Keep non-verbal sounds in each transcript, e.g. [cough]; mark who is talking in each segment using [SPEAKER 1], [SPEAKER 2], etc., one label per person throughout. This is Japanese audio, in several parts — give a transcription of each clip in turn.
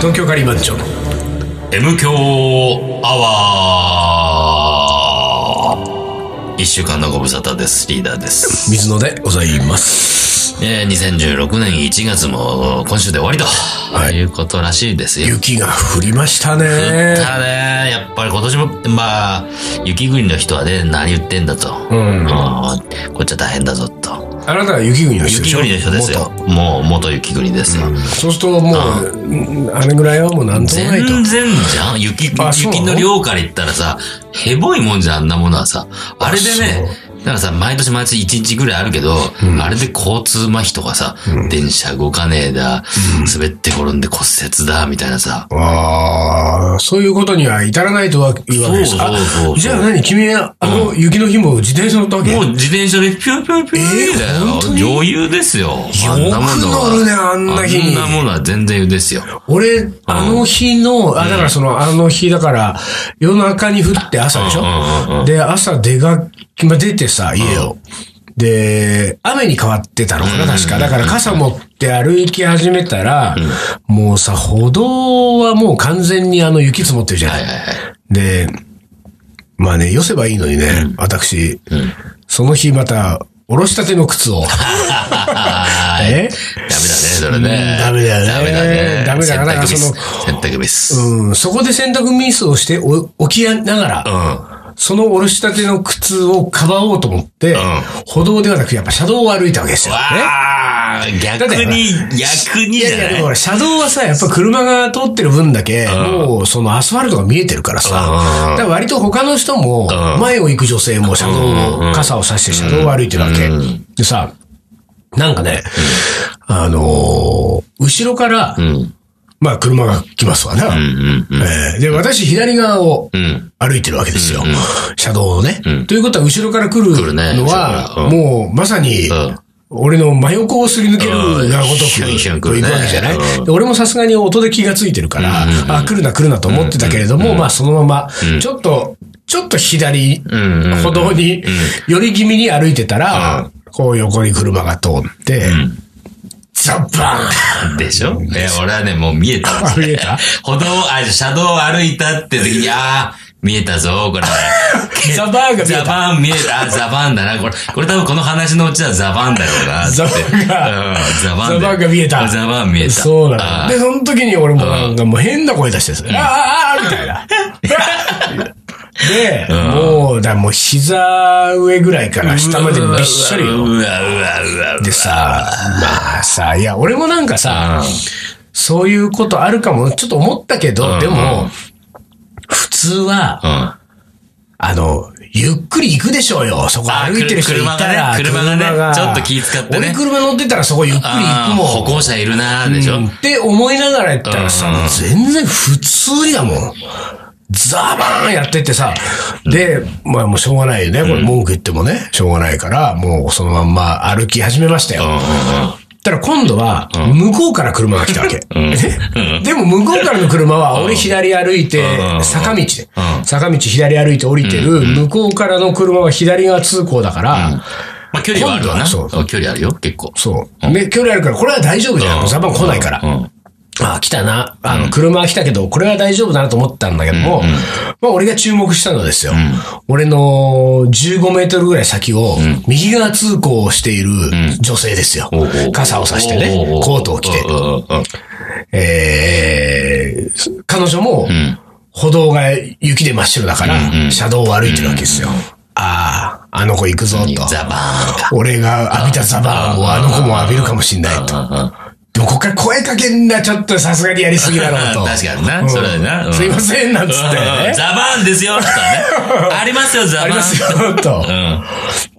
[SPEAKER 1] 係マッチョの
[SPEAKER 2] M 強アワー一週間のご無沙汰です。リーダーです。
[SPEAKER 1] 水野でございます。
[SPEAKER 2] えー、2016年1月も今週で終わりと、
[SPEAKER 1] はい
[SPEAKER 2] い、うことらしいですよ。
[SPEAKER 1] 雪が降りましたね。
[SPEAKER 2] 降ったね。やっぱり今年も、まあ、雪国の人はね、何言ってんだと。
[SPEAKER 1] うん
[SPEAKER 2] こっちは大変だぞと。
[SPEAKER 1] あなたは雪国の人で
[SPEAKER 2] 雪
[SPEAKER 1] しょ
[SPEAKER 2] 国の人ですよ。もう、元雪国ですよ。
[SPEAKER 1] 元そうするともう、あれぐらいはもうなんともない
[SPEAKER 2] 全
[SPEAKER 1] と。
[SPEAKER 2] 然じゃん雪、
[SPEAKER 1] あそう
[SPEAKER 2] 雪の量から言ったらさ、へぼいもんじゃん、あんなものはさ。あれでね、だからさ、毎年毎年1日ぐらいあるけど、あれで交通麻痺とかさ、電車動かねえだ、滑って転んで骨折だ、みたいなさ。
[SPEAKER 1] ああ、そういうことには至らないとは言うわけです。
[SPEAKER 2] そうそうそうそう
[SPEAKER 1] あじゃあ何君は、あの、雪の日も自転車乗ったわけ
[SPEAKER 2] もう自転車でピューピューピューだ
[SPEAKER 1] えー本当に
[SPEAKER 2] よ。余裕ですよ。あんなものは。
[SPEAKER 1] よく乗るねあんな日に
[SPEAKER 2] あんなものは全然余裕ですよ。
[SPEAKER 1] 俺、あの日の、あ、だからその、あの日だから、夜中に降って朝でしょ、
[SPEAKER 2] うんうんうん
[SPEAKER 1] で、朝出が、まあ、出てさ、家を。で、雨に変わってたのかな、確か。だから傘持って歩き始めたら、もうさ、歩道はもう完全にあの雪積もってるじゃない。
[SPEAKER 2] はいはいはい。
[SPEAKER 1] で、まあね、寄せばいいのにね、私、その日また、おろしたての靴を。
[SPEAKER 2] はい。ダメだ
[SPEAKER 1] え
[SPEAKER 2] ね、それね。
[SPEAKER 1] うんダメだね
[SPEAKER 2] ダメだね。
[SPEAKER 1] ダメだな
[SPEAKER 2] 洗濯ミス
[SPEAKER 1] なんかその
[SPEAKER 2] 洗濯ミス。うん。
[SPEAKER 1] うん、そこで洗濯ミスをしてお起きながら、そのおろしたての靴をかばおうと思って、歩道ではなく、やっぱ車道を歩いたわけですよ。ね
[SPEAKER 2] わー、逆に、逆に
[SPEAKER 1] い
[SPEAKER 2] じゃ
[SPEAKER 1] やいや、
[SPEAKER 2] な
[SPEAKER 1] で
[SPEAKER 2] い
[SPEAKER 1] もほら車道はさ、やっぱ車が通ってる分だけ、もうそのアスファルトが見えてるから
[SPEAKER 2] うん
[SPEAKER 1] さ、だから割と他の人も、前を行く女性も車道を、傘を差して車道を歩いてるわけ。でさ、なんかね、あのー後ろから
[SPEAKER 2] う、ん。
[SPEAKER 1] まあ車が来ますわ
[SPEAKER 2] う
[SPEAKER 1] な。
[SPEAKER 2] ん、うん、
[SPEAKER 1] えーで、私左側を
[SPEAKER 2] うん。
[SPEAKER 1] 歩いてるわけですよ。車道をね、
[SPEAKER 2] ん
[SPEAKER 1] ということは、後ろから来る
[SPEAKER 2] るね
[SPEAKER 1] のは、
[SPEAKER 2] 後ろからうん
[SPEAKER 1] もうまさに
[SPEAKER 2] うん、
[SPEAKER 1] 俺の真横をすり抜けるがごと
[SPEAKER 2] うんヒュンヒュン
[SPEAKER 1] く、と
[SPEAKER 2] 来る
[SPEAKER 1] い
[SPEAKER 2] ね
[SPEAKER 1] くわけじゃない、
[SPEAKER 2] うん
[SPEAKER 1] で俺もさすがに音で気がついてるから、あ、来るな来るなと思ってたけれども、まあそのまま、ちょっと、ちょっと左、
[SPEAKER 2] んうん
[SPEAKER 1] 歩道に、寄り気味に歩いてたら、こう横に車が通って、ザッバーン [laughs]
[SPEAKER 2] うん。でしょいや、俺はね、もう見えたわ。
[SPEAKER 1] あ見えた
[SPEAKER 2] 歩道、あ、車道を歩いたって時に、あー、見えたぞ、
[SPEAKER 1] [laughs]
[SPEAKER 2] これ。
[SPEAKER 1] ザバーンが見えた
[SPEAKER 2] ザバーン見えた。あ、ザバーンだな。これ、これ多分この話のうちはザバーンだろうなって。
[SPEAKER 1] ザバーンが
[SPEAKER 2] うんザバーンだよ。
[SPEAKER 1] ザバーンが見えた
[SPEAKER 2] ザバーン見えた。
[SPEAKER 1] そう
[SPEAKER 2] あ
[SPEAKER 1] な
[SPEAKER 2] ー
[SPEAKER 1] の。で、その時に俺もなんかもう変な声出してさ、あーあーあーみたいな。で、もう、だからもう膝上ぐらいから下までびっしょり
[SPEAKER 2] う
[SPEAKER 1] よ。
[SPEAKER 2] わうわうわうわ。
[SPEAKER 1] でさ、まあさ、いや、俺もなんかさ、そういうことあるかも、ちょっと思ったけど、で
[SPEAKER 2] う
[SPEAKER 1] も、普通は、
[SPEAKER 2] うん。
[SPEAKER 1] あの、ゆっくり行くでしょうよ。そこ歩いてる人いたら
[SPEAKER 2] あ。くる車がね車がねちょっと気使ってね
[SPEAKER 1] 俺車乗ってたらそこゆっくり行
[SPEAKER 2] あ
[SPEAKER 1] く
[SPEAKER 2] ー
[SPEAKER 1] もん。
[SPEAKER 2] 歩行者いるなーでしょ、
[SPEAKER 1] うんって思いながらやったらさ、
[SPEAKER 2] うん
[SPEAKER 1] 全然普通にだもん。ザバーンやってってさ、で、まあもうしょうがないよね。これ文句言ってもね、しょうがないから、もうそのまんま歩き始めましたよ。たら今度は、向こうから車が来たわけ。ね [laughs] でも向こうからの車は、俺左歩いて
[SPEAKER 2] う、ん
[SPEAKER 1] 坂道で
[SPEAKER 2] う、
[SPEAKER 1] 坂道左歩いて降りてる、向こうからの車は左側通行だから、
[SPEAKER 2] まあ距離はあるわな。
[SPEAKER 1] 今度はそう
[SPEAKER 2] 距離あるよ、結構。
[SPEAKER 1] そう。ね、距離あるから、これは大丈夫じゃん。ザバーン来ないから
[SPEAKER 2] う。ん。
[SPEAKER 1] あ、来たな。あの、車は来たけど、これは大丈夫だなと思ったんだけども、まあ、俺が注目したのはですよ。俺の15メートルぐらい先を、右側通行をしている女性ですよ。
[SPEAKER 2] おうおう
[SPEAKER 1] 傘を差して
[SPEAKER 2] おうおうお
[SPEAKER 1] ね
[SPEAKER 2] う、
[SPEAKER 1] コートを着て。
[SPEAKER 2] うんうんうん
[SPEAKER 1] えー、彼女も、
[SPEAKER 2] ん
[SPEAKER 1] 歩道が雪で真っ白だから、車道を歩いてるわけですよ。ああ、あの子行くぞと。
[SPEAKER 2] ザバーンか。
[SPEAKER 1] 俺が浴びたザバーンをあの子も浴びるかもしんないと。でもこっから声かけんな、ちょっとさすがにやりすぎだろうと。
[SPEAKER 2] 確かにな
[SPEAKER 1] うん
[SPEAKER 2] それはなうん
[SPEAKER 1] すいません、なんつってね。
[SPEAKER 2] ザバーンですよとか
[SPEAKER 1] [laughs]
[SPEAKER 2] ね。ありますよ、ザ
[SPEAKER 1] あ
[SPEAKER 2] バーン。
[SPEAKER 1] りますよ、と
[SPEAKER 2] う。ん。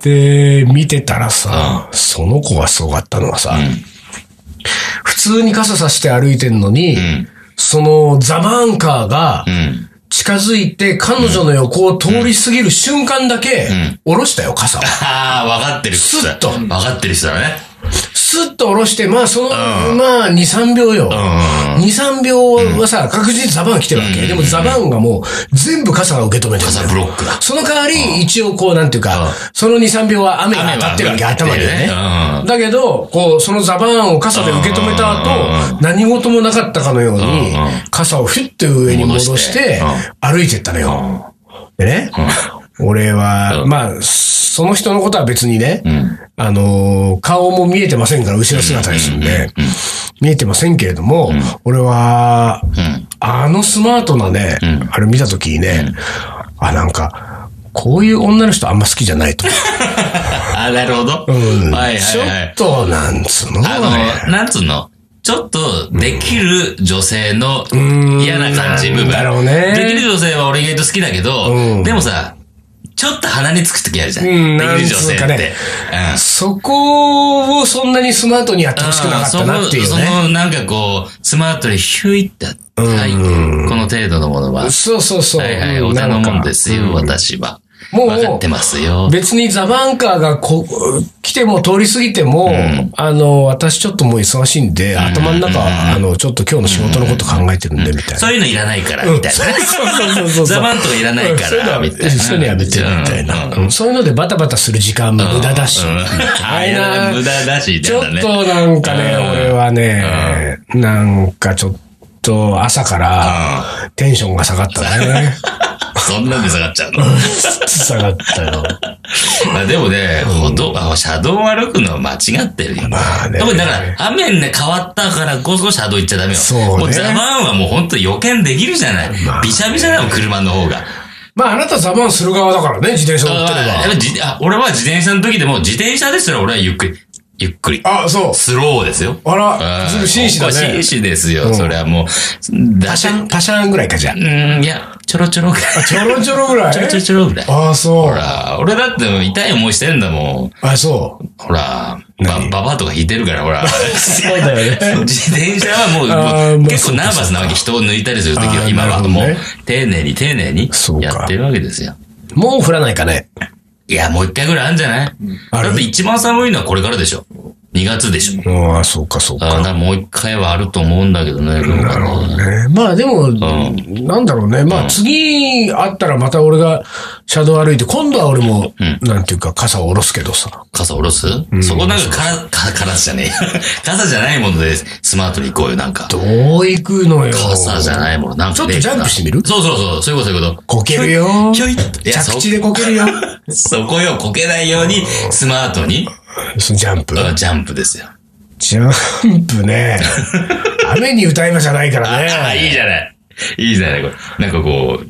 [SPEAKER 1] で、見てたらさ、その子がすごかったのはさ、普通に傘さして歩いてんのに、そのザバーンカーが
[SPEAKER 2] ん
[SPEAKER 1] 近づいて彼女の横を通り過ぎる瞬間だけ、下ろしたよ、傘を。
[SPEAKER 2] ああ、わかってる人だ。
[SPEAKER 1] スッと
[SPEAKER 2] わかってる人だね。
[SPEAKER 1] スッと下ろして、まあその、
[SPEAKER 2] ん
[SPEAKER 1] まあ2、3秒よ。
[SPEAKER 2] ん
[SPEAKER 1] 2、3秒はさ、確実にザバン来てるわけ。でもザバンがもう全部傘が受け止めてるんだよ。
[SPEAKER 2] 傘ブロックだ
[SPEAKER 1] その代わり、一応こうなんていう
[SPEAKER 2] うん
[SPEAKER 1] か、その2、3秒は雨が当たってるわけ、
[SPEAKER 2] 雨は当
[SPEAKER 1] 頭
[SPEAKER 2] たって
[SPEAKER 1] に
[SPEAKER 2] るね
[SPEAKER 1] ね
[SPEAKER 2] う。ん
[SPEAKER 1] だけど、こう、そのザバンを傘で受け止めた後、何事もなかったかのように
[SPEAKER 2] うんうん、
[SPEAKER 1] 傘をフィッて上に戻
[SPEAKER 2] 戻
[SPEAKER 1] し
[SPEAKER 2] してて、
[SPEAKER 1] 歩いてったのよ。でね、俺は、まあ、その人のことは別にね、
[SPEAKER 2] ん
[SPEAKER 1] あのー顔も見えてませんから、後ろ姿ですんで、見えてませんけれども、俺は、
[SPEAKER 2] ん
[SPEAKER 1] あのスマートなね、あれ見たときにね、あ、なんか、こういう女の人あんま好きじゃないと。
[SPEAKER 2] あ、なるほど。
[SPEAKER 1] うん
[SPEAKER 2] はいはい
[SPEAKER 1] ちょ
[SPEAKER 2] は
[SPEAKER 1] っ
[SPEAKER 2] い。
[SPEAKER 1] と、なんつうの
[SPEAKER 2] あの、なんつうのちょっと、できる女性の
[SPEAKER 1] ん
[SPEAKER 2] 嫌な感じ、部分。
[SPEAKER 1] だろうね
[SPEAKER 2] できる女性は俺意外と好きだけ
[SPEAKER 1] うん
[SPEAKER 2] ど、でもさ、ちょっと鼻につくときあるじゃん。
[SPEAKER 1] う
[SPEAKER 2] で
[SPEAKER 1] ん
[SPEAKER 2] きる女性っ
[SPEAKER 1] なんつうか
[SPEAKER 2] て
[SPEAKER 1] ね。そこをそんなにスマートにやってほしくなかったなっていう
[SPEAKER 2] その、
[SPEAKER 1] ね。
[SPEAKER 2] そのなんかこう、スマートにヒュイって、はい、この程度のものは、
[SPEAKER 1] そうそうそう。
[SPEAKER 2] はいはい、
[SPEAKER 1] う
[SPEAKER 2] お
[SPEAKER 1] ん
[SPEAKER 2] 頼
[SPEAKER 1] なん
[SPEAKER 2] もん
[SPEAKER 1] か
[SPEAKER 2] ですよ、私は。
[SPEAKER 1] もう
[SPEAKER 2] 分かってますよ。
[SPEAKER 1] 別にザバンカーがこ来ても通り過ぎても、あの、私ちょっともう忙しいんで、頭の中、あの、ちょっと今日の仕事のこと考えてるんで、みたいな。
[SPEAKER 2] そういうのいらないから、みたい
[SPEAKER 1] [laughs]
[SPEAKER 2] なね。ザバンとかいらないか
[SPEAKER 1] そういうの
[SPEAKER 2] ら、
[SPEAKER 1] は
[SPEAKER 2] みたいな。
[SPEAKER 1] そういうのやめてるみたい
[SPEAKER 2] うん
[SPEAKER 1] な。うんそういうのでバタバタする時間も無駄だし。
[SPEAKER 2] うん [laughs] あいや無駄だし、み
[SPEAKER 1] ち
[SPEAKER 2] た
[SPEAKER 1] ょ
[SPEAKER 2] い
[SPEAKER 1] っ
[SPEAKER 2] なね。
[SPEAKER 1] となんかね、
[SPEAKER 2] うん
[SPEAKER 1] 俺はね、なんかちょっと朝からテンションが下がったね。
[SPEAKER 2] そんなんで下がっちゃうの。
[SPEAKER 1] 下がった
[SPEAKER 2] [laughs]
[SPEAKER 1] よ。
[SPEAKER 2] まあでもね、歩道、あ車道を歩くのは間違ってるよ。
[SPEAKER 1] まあね
[SPEAKER 2] 特にだから、雨にね変わったからこそ車道行っちゃダメよ。
[SPEAKER 1] そうね
[SPEAKER 2] もうザバンはもう本当予見できるじゃない。
[SPEAKER 1] まあ
[SPEAKER 2] びしゃびしゃだもん、車の方が。
[SPEAKER 1] まああなたザバンする側だからね、自転車乗ってれ
[SPEAKER 2] あやっ
[SPEAKER 1] ば。
[SPEAKER 2] ぱ自あ俺は自転車の時でも、自転車ですら俺はゆっくり、ゆっくり。
[SPEAKER 1] あ、そう。
[SPEAKER 2] スローですよ。
[SPEAKER 1] あら、ずいぶん紳士だ
[SPEAKER 2] ここ
[SPEAKER 1] ね
[SPEAKER 2] 紳。士ですよ、
[SPEAKER 1] うん
[SPEAKER 2] それはもう。
[SPEAKER 1] パ
[SPEAKER 2] だ
[SPEAKER 1] シ
[SPEAKER 2] し、
[SPEAKER 1] ャン、パシャンぐらいかじゃあ
[SPEAKER 2] う。ーん、いや、ちょろちょろぐ
[SPEAKER 1] [laughs]
[SPEAKER 2] らい。
[SPEAKER 1] ちょろちょろぐらい
[SPEAKER 2] ちょろちょろちょろぐらい。
[SPEAKER 1] ああ、そ
[SPEAKER 2] ほ
[SPEAKER 1] う。
[SPEAKER 2] ら、俺だって痛い思いしてんだもん。
[SPEAKER 1] あそう。
[SPEAKER 2] ほら、ば、ばばとか引いてるから、ほら。
[SPEAKER 1] そうだよね。
[SPEAKER 2] 自転車はもう、
[SPEAKER 1] あー
[SPEAKER 2] も
[SPEAKER 1] ま
[SPEAKER 2] う
[SPEAKER 1] あ
[SPEAKER 2] 結構ナーバスなわけ。人を抜いたりするとき
[SPEAKER 1] あ
[SPEAKER 2] は、
[SPEAKER 1] ー
[SPEAKER 2] 今
[SPEAKER 1] なる
[SPEAKER 2] は
[SPEAKER 1] ほど
[SPEAKER 2] も
[SPEAKER 1] ね
[SPEAKER 2] う、丁寧に丁寧に
[SPEAKER 1] そうか
[SPEAKER 2] やってるわけですよ。
[SPEAKER 1] もう降らないかね。
[SPEAKER 2] いや、もう一回ぐらいあるんじゃない
[SPEAKER 1] ある
[SPEAKER 2] だって一番寒いのはこれからでしょ。2月でしょ。
[SPEAKER 1] ああ、そうか、そう
[SPEAKER 2] だか。らもう一回はあると思うんだけどね、どうかな。
[SPEAKER 1] ねまあでも、なんだろうね。まあ次あったらまた俺が車道歩いて、今度は俺も、なんていうか傘を下ろすけどさ。
[SPEAKER 2] 傘下ろすそこなんかから、か、からじゃねえ。 [laughs] 傘じゃないものでスマートに行こうよ、なんか。
[SPEAKER 1] どう行くのよ。
[SPEAKER 2] 傘じゃないもの、なんか。
[SPEAKER 1] ちょっとジャンプしてみる
[SPEAKER 2] そうそうそう、そういうこと、そういうこと。
[SPEAKER 1] こけるよ。
[SPEAKER 2] ひょいっといや、そ
[SPEAKER 1] 着地でこけるよ。
[SPEAKER 2] [laughs] そこよ、こけないように、スマートに、
[SPEAKER 1] その [laughs] ジャンプ。
[SPEAKER 2] うんジャンプですよ。
[SPEAKER 1] ジャンプね。雨に歌いまじゃないからね。
[SPEAKER 2] [laughs] ああ、いいじゃない。いいじゃない、これ。なんかこう、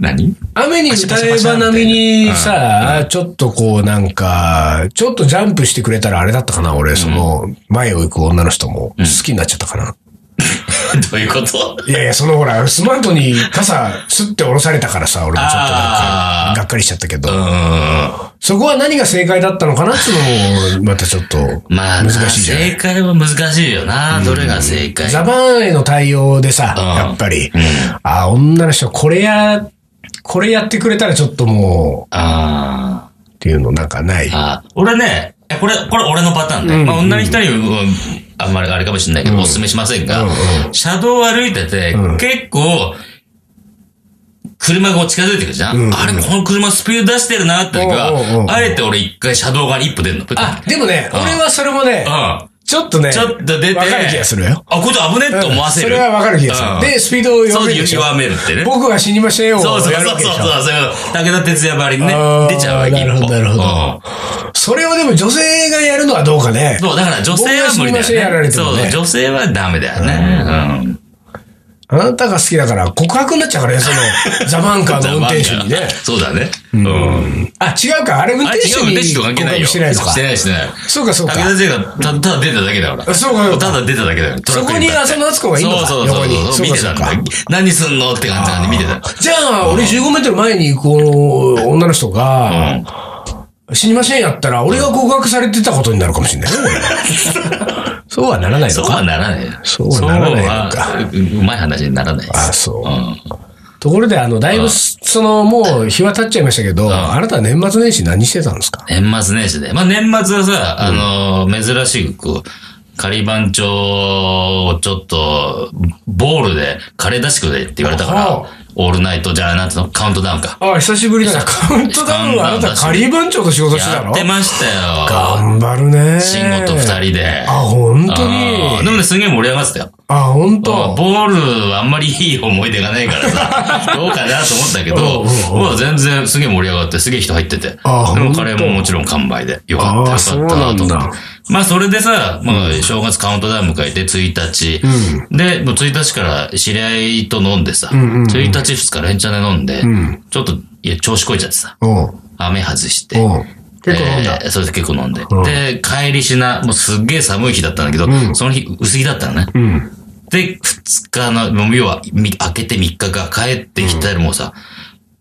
[SPEAKER 2] 何
[SPEAKER 1] 雨に歌えば並みにさ、ちょっとこうなんか、ちょっとジャンプしてくれたらあれだったかな、俺、その、前を行く女の人も好きになっちゃったかな。
[SPEAKER 2] どういうこと
[SPEAKER 1] いやいや、そのほら、スマートに傘、スッて下ろされたからさ、俺もちょっとなん
[SPEAKER 2] あ
[SPEAKER 1] か、
[SPEAKER 2] ー
[SPEAKER 1] がっかりしちゃったけ
[SPEAKER 2] う
[SPEAKER 1] ど、
[SPEAKER 2] ん。
[SPEAKER 1] そこは何が正解だったのかなっていうのも、またちょっと、
[SPEAKER 2] まあ
[SPEAKER 1] 難
[SPEAKER 2] な、
[SPEAKER 1] しいじゃない
[SPEAKER 2] 正解は難しいよな。どれが正解
[SPEAKER 1] ザバーンへの対応でさ、
[SPEAKER 2] うん
[SPEAKER 1] やっぱり
[SPEAKER 2] うん、
[SPEAKER 1] あ、女の人、これや、これやってくれたらちょっとも
[SPEAKER 2] ああ。
[SPEAKER 1] う、っていうのなんかない。
[SPEAKER 2] あー俺ね、えこれ、これ俺のパターンね。まあ、女の人に、うんあんまりあれかもしれないけど、お勧めしませんが、
[SPEAKER 1] うんう
[SPEAKER 2] 車道を歩いてて、
[SPEAKER 1] うん
[SPEAKER 2] 結構、車が近づいてくるじゃん、
[SPEAKER 1] うんうん
[SPEAKER 2] あれ、この車スピード出してるなって時
[SPEAKER 1] おうおうおう
[SPEAKER 2] は、あえて俺一回車道側に一歩出るの。
[SPEAKER 1] あ、でもね、俺はそれもね、
[SPEAKER 2] あ、
[SPEAKER 1] ちょっとね、
[SPEAKER 2] ちょっと出て
[SPEAKER 1] わかる気がするよ。
[SPEAKER 2] うん。あ、こいつ危ねえと思わせる。
[SPEAKER 1] それはわかる気がす
[SPEAKER 2] う
[SPEAKER 1] る。
[SPEAKER 2] ん
[SPEAKER 1] で、スピードを弱
[SPEAKER 2] そう
[SPEAKER 1] めるでしょ。
[SPEAKER 2] 弱めるってね。
[SPEAKER 1] 僕は死にましたよ。
[SPEAKER 2] そうそうそう
[SPEAKER 1] やる
[SPEAKER 2] そ
[SPEAKER 1] わ
[SPEAKER 2] う
[SPEAKER 1] けでしょ
[SPEAKER 2] そう、そういうこと。武田鉄矢ばりにね
[SPEAKER 1] あー、
[SPEAKER 2] 出ちゃうわけ。
[SPEAKER 1] なるほど
[SPEAKER 2] 一歩
[SPEAKER 1] なるほど
[SPEAKER 2] うん
[SPEAKER 1] それをでも女性がやるのはどうかね。
[SPEAKER 2] そう、だから女性は無
[SPEAKER 1] 僕が死に
[SPEAKER 2] 理だ
[SPEAKER 1] ましょうやら
[SPEAKER 2] よ
[SPEAKER 1] れ
[SPEAKER 2] ね。
[SPEAKER 1] ても
[SPEAKER 2] そう
[SPEAKER 1] ね
[SPEAKER 2] そう、女性はダメだよね。うん。
[SPEAKER 1] あなたが好きだから告白になっちゃうからね、そ
[SPEAKER 2] [laughs]
[SPEAKER 1] の、ザバンカーの運転手にね。
[SPEAKER 2] そうだね。うん。
[SPEAKER 1] あ、違うか。あれ運
[SPEAKER 2] あれ
[SPEAKER 1] 転
[SPEAKER 2] 違
[SPEAKER 1] 手
[SPEAKER 2] う、運
[SPEAKER 1] に
[SPEAKER 2] 転手と関係ないよ。
[SPEAKER 1] してないのか
[SPEAKER 2] して。ない、してない。
[SPEAKER 1] そうか、そう
[SPEAKER 2] 武
[SPEAKER 1] か。
[SPEAKER 2] 田先生がたただ出ただけだから。
[SPEAKER 1] そうかそうか
[SPEAKER 2] ただ出ただけだよ。トラ
[SPEAKER 1] そ
[SPEAKER 2] ック
[SPEAKER 1] こに
[SPEAKER 2] 引っ張って
[SPEAKER 1] 浅野敦子がいいのか。
[SPEAKER 2] そうそう
[SPEAKER 1] 横に
[SPEAKER 2] そうそう。見てたんだ
[SPEAKER 1] そうか。。
[SPEAKER 2] 何すんのって感じなんで見てた。
[SPEAKER 1] じゃあ、俺15メートル前にこの女の人が、
[SPEAKER 2] うん。
[SPEAKER 1] 死にませんやったら、俺が告白されてたことになるかもしれない
[SPEAKER 2] [laughs]
[SPEAKER 1] ね。俺そうはならないの
[SPEAKER 2] そう
[SPEAKER 1] か。
[SPEAKER 2] はならないよ。
[SPEAKER 1] そうはならないのか
[SPEAKER 2] そうはううまい話にならないです。
[SPEAKER 1] あ、そう。
[SPEAKER 2] うん。
[SPEAKER 1] ところで、あの、だいぶ、その、もう日は経っちゃいましたけど、
[SPEAKER 2] ん
[SPEAKER 1] あなた年末年始何してたんですか
[SPEAKER 2] 年末年始で。まあ、年末はさ、あのー珍しく、仮番長をちょっと、ボールで、カレー出してくれって言われたか
[SPEAKER 1] あ
[SPEAKER 2] ら
[SPEAKER 1] は、
[SPEAKER 2] オールナイト、じゃあ、なんつうの、カウントダウンか。
[SPEAKER 1] ああ、久しぶりだな。カウントダウンはあなた仮番長と仕事してた
[SPEAKER 2] や
[SPEAKER 1] の
[SPEAKER 2] ってましたよ。
[SPEAKER 1] 頑張るね。
[SPEAKER 2] 慎吾と二人で。
[SPEAKER 1] あ、本当
[SPEAKER 2] うんで
[SPEAKER 1] に。
[SPEAKER 2] もね、すげえ盛り上がってたよ。
[SPEAKER 1] あ、本
[SPEAKER 2] まあ
[SPEAKER 1] 当。
[SPEAKER 2] ボールはあんまりいい思い出がないからさ、
[SPEAKER 1] [laughs]
[SPEAKER 2] どうかなと思ったけど、
[SPEAKER 1] うん
[SPEAKER 2] まあ全然すげえ盛り上がって、すげえ人入ってて。
[SPEAKER 1] あ
[SPEAKER 2] でも
[SPEAKER 1] 本当
[SPEAKER 2] カレーももちろん完売で。よかっ
[SPEAKER 1] あ
[SPEAKER 2] た、よかった、
[SPEAKER 1] そう
[SPEAKER 2] と
[SPEAKER 1] な
[SPEAKER 2] 思
[SPEAKER 1] ん
[SPEAKER 2] っ
[SPEAKER 1] だ
[SPEAKER 2] て。まあそれでさ、まあ正月カウントダウン迎えて1日。で、もう1日から知り合いと飲んでさ、1日2日連チャンで飲んで、ちょっと、いや、調子こいちゃってさ、
[SPEAKER 1] うん。うん。
[SPEAKER 2] 雨外して。
[SPEAKER 1] 結構飲んだ。
[SPEAKER 2] えーそうです、結構飲んで。で、帰りしな、もうすっげえ寒い日だったんだけど、その日薄着だったのね。で、二日の、もう要は、み明けて三日が帰ってきたらもうさ、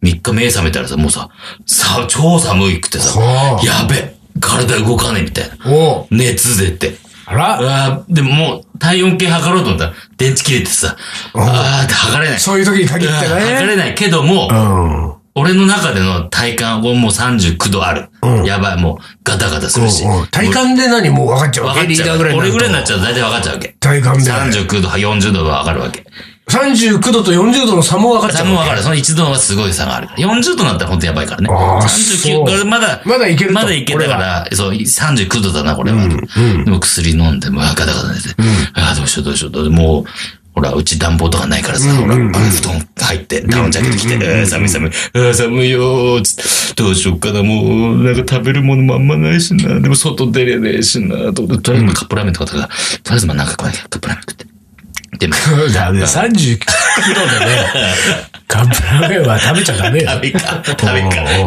[SPEAKER 2] 三日目覚めたらさ、もうさ、さ、超寒いくてさ、
[SPEAKER 1] はあ
[SPEAKER 2] やべ、体動かねえみたいな。
[SPEAKER 1] おう
[SPEAKER 2] 熱出て。
[SPEAKER 1] あら、
[SPEAKER 2] あーでももう、体温計測ろうと思ったら、電池切れてさ、あーって測れない。
[SPEAKER 1] そういう時に限って
[SPEAKER 2] うん測
[SPEAKER 1] ね。
[SPEAKER 2] れないけども、
[SPEAKER 1] うん。
[SPEAKER 2] 俺の中での体感をもう39度ある。やばい、もうガタガタするし。
[SPEAKER 1] うんうん体感で何もう分かっちゃう
[SPEAKER 2] 分
[SPEAKER 1] わ
[SPEAKER 2] か
[SPEAKER 1] け
[SPEAKER 2] っ
[SPEAKER 1] リー
[SPEAKER 2] ちゃ
[SPEAKER 1] ダ
[SPEAKER 2] う
[SPEAKER 1] ーぐらい
[SPEAKER 2] 俺ぐらいになっ
[SPEAKER 1] ゃ
[SPEAKER 2] ちゃうと大体分かっちゃうわけ。
[SPEAKER 1] 体感で。
[SPEAKER 2] 39度、40度は分かるわけ。
[SPEAKER 1] 39度と40度の差も分かっちゃ
[SPEAKER 2] 差
[SPEAKER 1] う。
[SPEAKER 2] も分かる。その1度はすごい差がある。40度になったら本当やばいからね。
[SPEAKER 1] あー
[SPEAKER 2] 39
[SPEAKER 1] そう
[SPEAKER 2] これまだ、
[SPEAKER 1] まだいけると
[SPEAKER 2] まだいけたから、そう、39度だな、これは。でも薬飲んで、もうガタガタ寝て。ああ、どうしようどうしようどうしよう。もう、ほら、うち暖房とかないからさ、ほら、布団入って、ダウンジャケット着て、えー寒い寒い、あー寒いよーつってどうしようかな、もう、なんか食べるものもあんまないしな、でも外出れねえしな、ととりあえずカップラーメンとかだから、とりあえずまあなんかこれ、カップラーメン食って。でも、
[SPEAKER 1] ダメ、39度でね、
[SPEAKER 2] [laughs]
[SPEAKER 1] カップラーメンは食べちゃダ [laughs] メよ。
[SPEAKER 2] 食べか、食べか。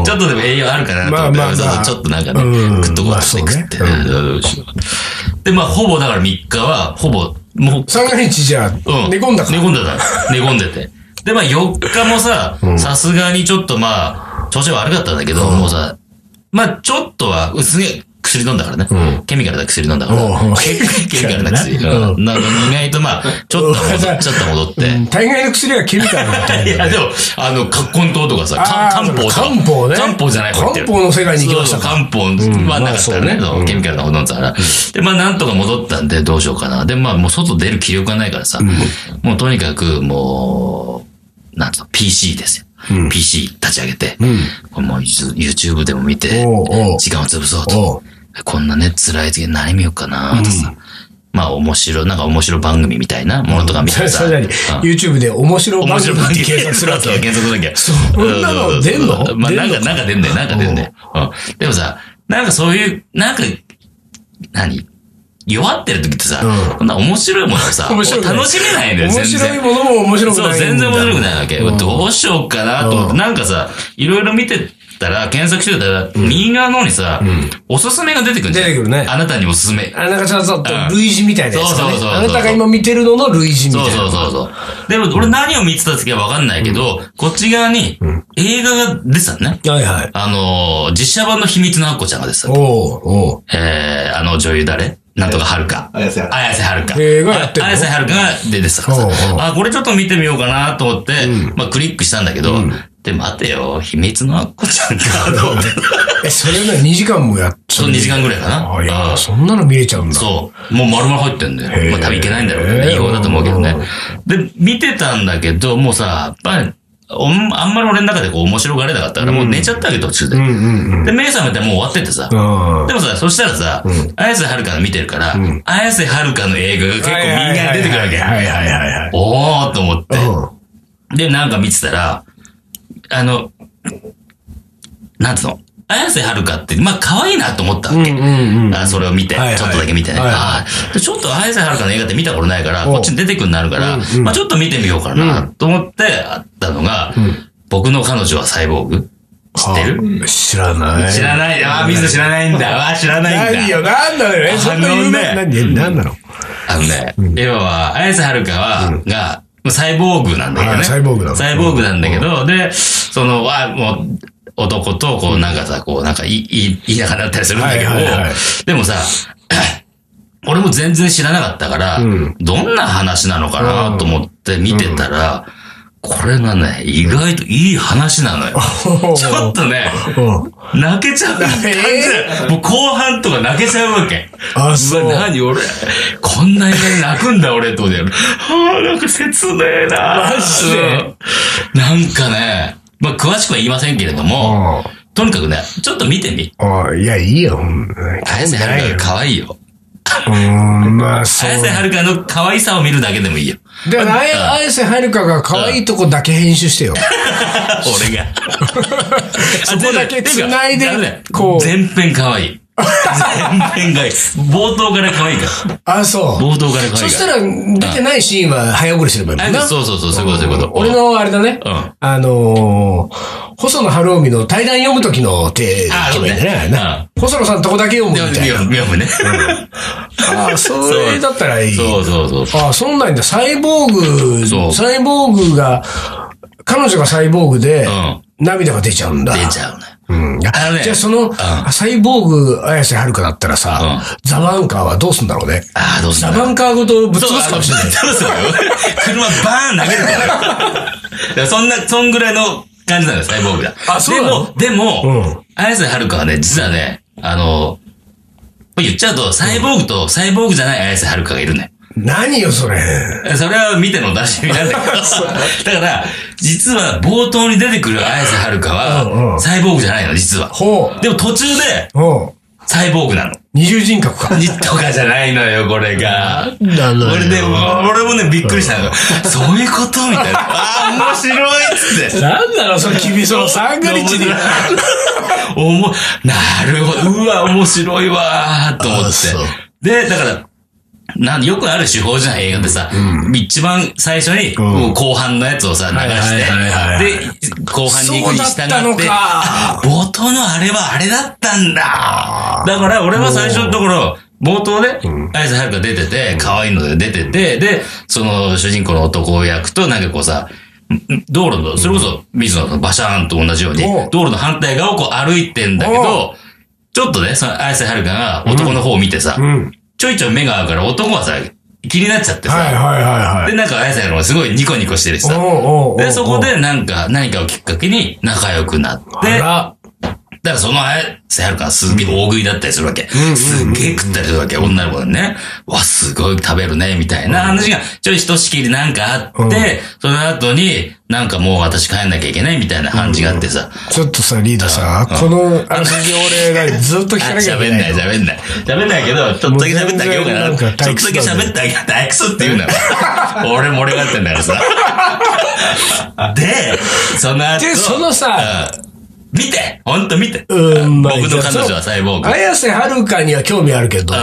[SPEAKER 2] ちょっとでも栄養あるかなと思って、
[SPEAKER 1] まあまあまあ
[SPEAKER 2] そうそうちょっとなんかね、
[SPEAKER 1] うん
[SPEAKER 2] 食っとこうとして食って、
[SPEAKER 1] まあ
[SPEAKER 2] どうしようで、まあ、ほぼだから3日は、ほぼ、もう、
[SPEAKER 1] 三が日じゃあ、
[SPEAKER 2] うん
[SPEAKER 1] 寝込んだか
[SPEAKER 2] 寝
[SPEAKER 1] ら。
[SPEAKER 2] 込んでた。寝込んでて。で、まあ、4日もさ、さすがにちょっとまあ、調子は悪かったんだけど、もうさ、まあ、ちょっとは、すげえ薬飲んだからね。ケミカルな薬飲んだから。
[SPEAKER 1] おう
[SPEAKER 2] [laughs] ケミカルな薬。
[SPEAKER 1] ケミカルな
[SPEAKER 2] うんなんか意外とまあ、ちょっと戻っちょっと戻って。
[SPEAKER 1] うん大概の薬はケミカルだと思うん
[SPEAKER 2] [laughs] い
[SPEAKER 1] だよ
[SPEAKER 2] や、
[SPEAKER 1] ね
[SPEAKER 2] でも、あの、葛根糖とかさ、
[SPEAKER 1] あー
[SPEAKER 2] か漢方とか。
[SPEAKER 1] 漢方ね
[SPEAKER 2] 漢方じゃない方行ってる
[SPEAKER 1] 漢方の世界に行きましたか
[SPEAKER 2] そうそう漢方はなかったらね、
[SPEAKER 1] うんまあそうね
[SPEAKER 2] そうケミカルな方飲んでたから。で、まあ、なんとか戻ったんで、どうしようかな。で、まあ、もう外出る気力がないからさ、もうとにかく、もう、なんつうの、PC ですよ。PC 立ち上げて、もう YouTube でも見て
[SPEAKER 1] おうおう、
[SPEAKER 2] 時間を潰そう
[SPEAKER 1] お
[SPEAKER 2] と
[SPEAKER 1] う。
[SPEAKER 2] こんなね、辛い時に何見ようかなとさ、まあ、面白い、なんか面白番組みたいなものとか見
[SPEAKER 1] そ
[SPEAKER 2] たら
[SPEAKER 1] れ
[SPEAKER 2] さ、
[SPEAKER 1] それなり、
[SPEAKER 2] うん
[SPEAKER 1] YouTube で面白
[SPEAKER 2] 面
[SPEAKER 1] 番
[SPEAKER 2] 白
[SPEAKER 1] 組
[SPEAKER 2] い番
[SPEAKER 1] って
[SPEAKER 2] 組
[SPEAKER 1] 検索す
[SPEAKER 2] [laughs]
[SPEAKER 1] るわけ。
[SPEAKER 2] 検索するわけ。
[SPEAKER 1] そんなの出んの
[SPEAKER 2] そうそうそうまあ、
[SPEAKER 1] 出ん
[SPEAKER 2] な
[SPEAKER 1] の
[SPEAKER 2] んか、なんか出んだよ。なんか出んだよ。うんでもさ、なんかそういう、なんか、何弱ってる時ってさ、
[SPEAKER 1] うん
[SPEAKER 2] こんな面白いものをさ、
[SPEAKER 1] 面白くない
[SPEAKER 2] 楽しめないんだよ、
[SPEAKER 1] 面
[SPEAKER 2] 全然。
[SPEAKER 1] 白いものも面白くない
[SPEAKER 2] そ
[SPEAKER 1] ん
[SPEAKER 2] う、
[SPEAKER 1] だ。
[SPEAKER 2] 全然面白くないわけ。
[SPEAKER 1] うん
[SPEAKER 2] どうしようかなと思って、
[SPEAKER 1] うん
[SPEAKER 2] なんかさ、いろいろ見てたら、検索してたら、右側の方にさ、おすすめが出てくるじゃん
[SPEAKER 1] 出てくるね
[SPEAKER 2] あなたにおすすめ。
[SPEAKER 1] あ、なんかちょっ
[SPEAKER 2] うん
[SPEAKER 1] と類似みたいなやつだね
[SPEAKER 2] そうそうそうそう
[SPEAKER 1] あなたが今見てるのの類似みたい
[SPEAKER 2] そう
[SPEAKER 1] な。
[SPEAKER 2] そうそうそう。でも、俺何を見てた時はわかんないけど、こっち側に映画が出てたのね。
[SPEAKER 1] はいはい。
[SPEAKER 2] あのー、実写版の秘密のアッコちゃんが出てた。
[SPEAKER 1] おうおう
[SPEAKER 2] えー、あの女優誰なんとかはるか。
[SPEAKER 3] 綾瀬はるか
[SPEAKER 2] 綾瀬はるか。
[SPEAKER 1] 映画やってんの
[SPEAKER 2] あ綾瀬はるかが出てたから
[SPEAKER 1] おうおう
[SPEAKER 2] さ。あ、これちょっと見てみようかなと思って、まあクリックしたんだけど、で、待てよ、秘密のアッコちゃんかと思 [laughs] って。
[SPEAKER 1] え、それね、2時間もやっち
[SPEAKER 2] そ
[SPEAKER 1] ゃう
[SPEAKER 2] の2時間ぐらいか
[SPEAKER 1] あい
[SPEAKER 2] な。う
[SPEAKER 1] や、
[SPEAKER 2] ん
[SPEAKER 1] そんなの見れちゃうんだ。
[SPEAKER 2] そう。もう丸々入ってんだ
[SPEAKER 1] へー
[SPEAKER 2] よ。まあ、多分いけないんだろうけどね。違法だと思うけどね。で、見てたんだけど、もうさ、やっぱり、おんあんまり俺の中でこう面白がれなかったから、もう寝ちゃったわけど、途中で。
[SPEAKER 1] うんうんうん。
[SPEAKER 2] で、目覚めてもう終わっててさ。
[SPEAKER 1] うん。
[SPEAKER 2] でもさ、そしたらさ、綾瀬はるかの見てるから、綾瀬はるかの映画が結構みんな出てくるわけ。
[SPEAKER 1] はいはいはいはい。
[SPEAKER 2] おーと思って。
[SPEAKER 1] うん
[SPEAKER 2] で、なんか見てたら、あの、なんつうの綾瀬はるかって、まあ、可愛いなと思ったわけ。
[SPEAKER 1] うんうん。
[SPEAKER 2] あそれを見て、
[SPEAKER 1] はいはい
[SPEAKER 2] ちょっとだけ見てね。
[SPEAKER 1] はいはい
[SPEAKER 2] あーでちょっと綾瀬はるかの映画って見たことないから、
[SPEAKER 1] おう
[SPEAKER 2] こっちに出てくるなるから、まあちょっと見てみようかなと思ってあったのが、僕の彼女はサイボーグ知ってる
[SPEAKER 1] る知らない。
[SPEAKER 2] 知ら
[SPEAKER 1] い。
[SPEAKER 2] ない。ああ、水野知らないんだ。わあ、知らないんだ。
[SPEAKER 1] 何よ、なんなのよ。え、そんな有名
[SPEAKER 2] あの
[SPEAKER 1] 何、何 [laughs] なの
[SPEAKER 2] あのね、要は、綾瀬はるかは、が、サイボーグなんだけど
[SPEAKER 1] あ
[SPEAKER 2] ね。
[SPEAKER 1] サイボーグだ
[SPEAKER 2] サイボーグなんだけど、で、その、わ、もう、男と、こう、なんかさ、こう、なんか、いい、いいい仲だったりするんだけど
[SPEAKER 1] はいはいはい、
[SPEAKER 2] でもさ、 [clears throat] 俺も全然知らなかったから、どんな話なのかなと思って見てたら、これがね、意外といい話なのよ。ちょっとね、
[SPEAKER 1] うん。
[SPEAKER 2] 泣けちゃう感じだよもう後半とか泣けちゃうわけ。
[SPEAKER 1] あそう
[SPEAKER 2] わ何俺、こんなに泣くんだ俺ってことやる。ああ、なんか切ねえな。
[SPEAKER 1] マジで
[SPEAKER 2] うんなんかね、まあ詳しくは言いませんけれども、
[SPEAKER 1] あ
[SPEAKER 2] とにかくね、ちょっと見てみ。
[SPEAKER 1] あ、いや、いいよ。うん
[SPEAKER 2] 綾瀬はるか可愛いよ。
[SPEAKER 1] うーん、まあ、そう。
[SPEAKER 2] 綾瀬はるかの可愛さを見るだけで
[SPEAKER 1] [laughs]
[SPEAKER 2] もいいよ。
[SPEAKER 1] でも、あや綾瀬はるかが可愛いとこだけ編集してよ。
[SPEAKER 2] 俺が。
[SPEAKER 1] そこだけ繋いで
[SPEAKER 2] あ全部ね
[SPEAKER 1] こう
[SPEAKER 2] 全編可愛い。全編がいい。冒頭から可愛いから。
[SPEAKER 1] あ、そう。
[SPEAKER 2] 冒頭から可愛いから。
[SPEAKER 1] そしたら、出てないシーンは早送りすればいいもん
[SPEAKER 2] あ
[SPEAKER 1] な。
[SPEAKER 2] そうそうそう、そういうこと、そういうこと。
[SPEAKER 1] 俺のあれだね。
[SPEAKER 2] うん
[SPEAKER 1] あのー、細野晴臣の対談読む時の手でい
[SPEAKER 2] あ
[SPEAKER 1] けばいいんだねあれな。細野さんのとこだけ読む
[SPEAKER 2] でも
[SPEAKER 1] みたいな。
[SPEAKER 2] みやむね。
[SPEAKER 1] ああ、それだったらいい。
[SPEAKER 2] そうそうそう。
[SPEAKER 1] ああ、そんなんだ。サイボー
[SPEAKER 2] そう
[SPEAKER 1] グ、サイボーグが、彼女がサイボーグで
[SPEAKER 2] ん、
[SPEAKER 1] 涙が出ちゃうんだ。
[SPEAKER 2] 出ちゃうね。
[SPEAKER 1] うん。あ
[SPEAKER 2] あのね
[SPEAKER 1] じゃあその、サイボーグ、綾瀬はるかだったらさ、ザバンカーはどうすんだろうね。
[SPEAKER 2] ああ、どうす
[SPEAKER 1] ザ
[SPEAKER 2] んだ
[SPEAKER 1] バンカーごとぶっ潰すかもしれない。
[SPEAKER 2] そうそうよ。車バーン投げるから。だからそんな、そんぐらいの感じなんです、サイボーグだ。
[SPEAKER 1] あそうなの
[SPEAKER 2] でも、で
[SPEAKER 1] う
[SPEAKER 2] も、綾瀬はるかはね、実はね、あの、これ言っちゃうと、サイボーグとサイボーグじゃない綾瀬はるかがいるね。
[SPEAKER 1] 何よ、それ。
[SPEAKER 2] それは見ての出しみなんだけど。だから、実は冒頭に出てくる綾瀬はるか
[SPEAKER 1] うんう
[SPEAKER 2] は、
[SPEAKER 1] ん
[SPEAKER 2] サイボーグじゃないの、実は。
[SPEAKER 1] ほ
[SPEAKER 2] でも途中で、
[SPEAKER 1] う。うん。
[SPEAKER 2] サイボーグなの。
[SPEAKER 1] 二重人格か。
[SPEAKER 2] ニットかじゃないのよ、これが。
[SPEAKER 1] なのよ
[SPEAKER 2] 俺で、俺もね、びっくりしたのよ。そういうことみたいな。あー、面白いっつって。
[SPEAKER 1] なんだろう、その厳しそう。サングリッチに。
[SPEAKER 2] [laughs] おも、なるほど。うわ、面白いわーと思
[SPEAKER 1] あ
[SPEAKER 2] って
[SPEAKER 1] そう。
[SPEAKER 2] で、だから、なんよくある手法じゃん、映画でさ。一番最初に、
[SPEAKER 1] ん
[SPEAKER 2] もう後半のやつをさ、流
[SPEAKER 1] はいはいはいはい
[SPEAKER 2] して、で、後半に行くに従
[SPEAKER 1] そうだったの
[SPEAKER 2] って、
[SPEAKER 1] か
[SPEAKER 2] 冒頭のあれはあれだったんだだから俺は最初のところ、冒頭で、アイスハルカ出てて、可愛いので出てて、で、その主人公の男役となんかこうさ、ん道路の、それこそ水野のバシャーンと同じように
[SPEAKER 1] おう、
[SPEAKER 2] 道路の反対側をこう歩いてんだけ
[SPEAKER 1] お
[SPEAKER 2] ど、ちょっとね、その綾瀬はるかが男の方を見てさ、
[SPEAKER 1] ん。
[SPEAKER 2] ちょいちょい目が合うから男はさ、気になっちゃってさ、
[SPEAKER 1] はいはいはい
[SPEAKER 2] で、なんか綾瀬はるかがすごいニコニコしてるしさ、
[SPEAKER 1] はい。
[SPEAKER 2] で、そこ、でなんか、何かをきっかけに仲良くなって、
[SPEAKER 1] あら、
[SPEAKER 2] だからその綾瀬はるかはすげえ大食いだったりするわけ。
[SPEAKER 1] うん
[SPEAKER 2] すっげえ食ったりするわけ、女の子にね。わ、すごい食べるね、みたいな話が、ちょいひとしきりなんかあって、その後に、なんかもう私帰んなきゃいけないみたいな感じがあってさ。
[SPEAKER 1] ちょっとさ、リーダーさ、この、あの時俺、何ずっと聞
[SPEAKER 2] あ
[SPEAKER 1] かなきゃい
[SPEAKER 2] 喋
[SPEAKER 1] け
[SPEAKER 2] ん
[SPEAKER 1] な
[SPEAKER 2] ない、
[SPEAKER 1] い。
[SPEAKER 2] 喋んない。喋んないけど、ちょっとだけ喋ってあげようか
[SPEAKER 1] もう
[SPEAKER 2] な。
[SPEAKER 1] 全然な
[SPEAKER 2] ちょっ
[SPEAKER 1] ん
[SPEAKER 2] と
[SPEAKER 1] か退
[SPEAKER 2] だけ
[SPEAKER 1] 屈だね
[SPEAKER 2] 喋ってあげようかな。退屈って言うなよ。
[SPEAKER 1] [laughs]
[SPEAKER 2] 俺盛り上がってんだからさ。で、その後。
[SPEAKER 1] で、そのさ、
[SPEAKER 2] うん見てほんと見て
[SPEAKER 1] うん、まあ
[SPEAKER 2] 僕の彼女はサイボーグ。
[SPEAKER 1] 綾瀬はるかには興味あるけど、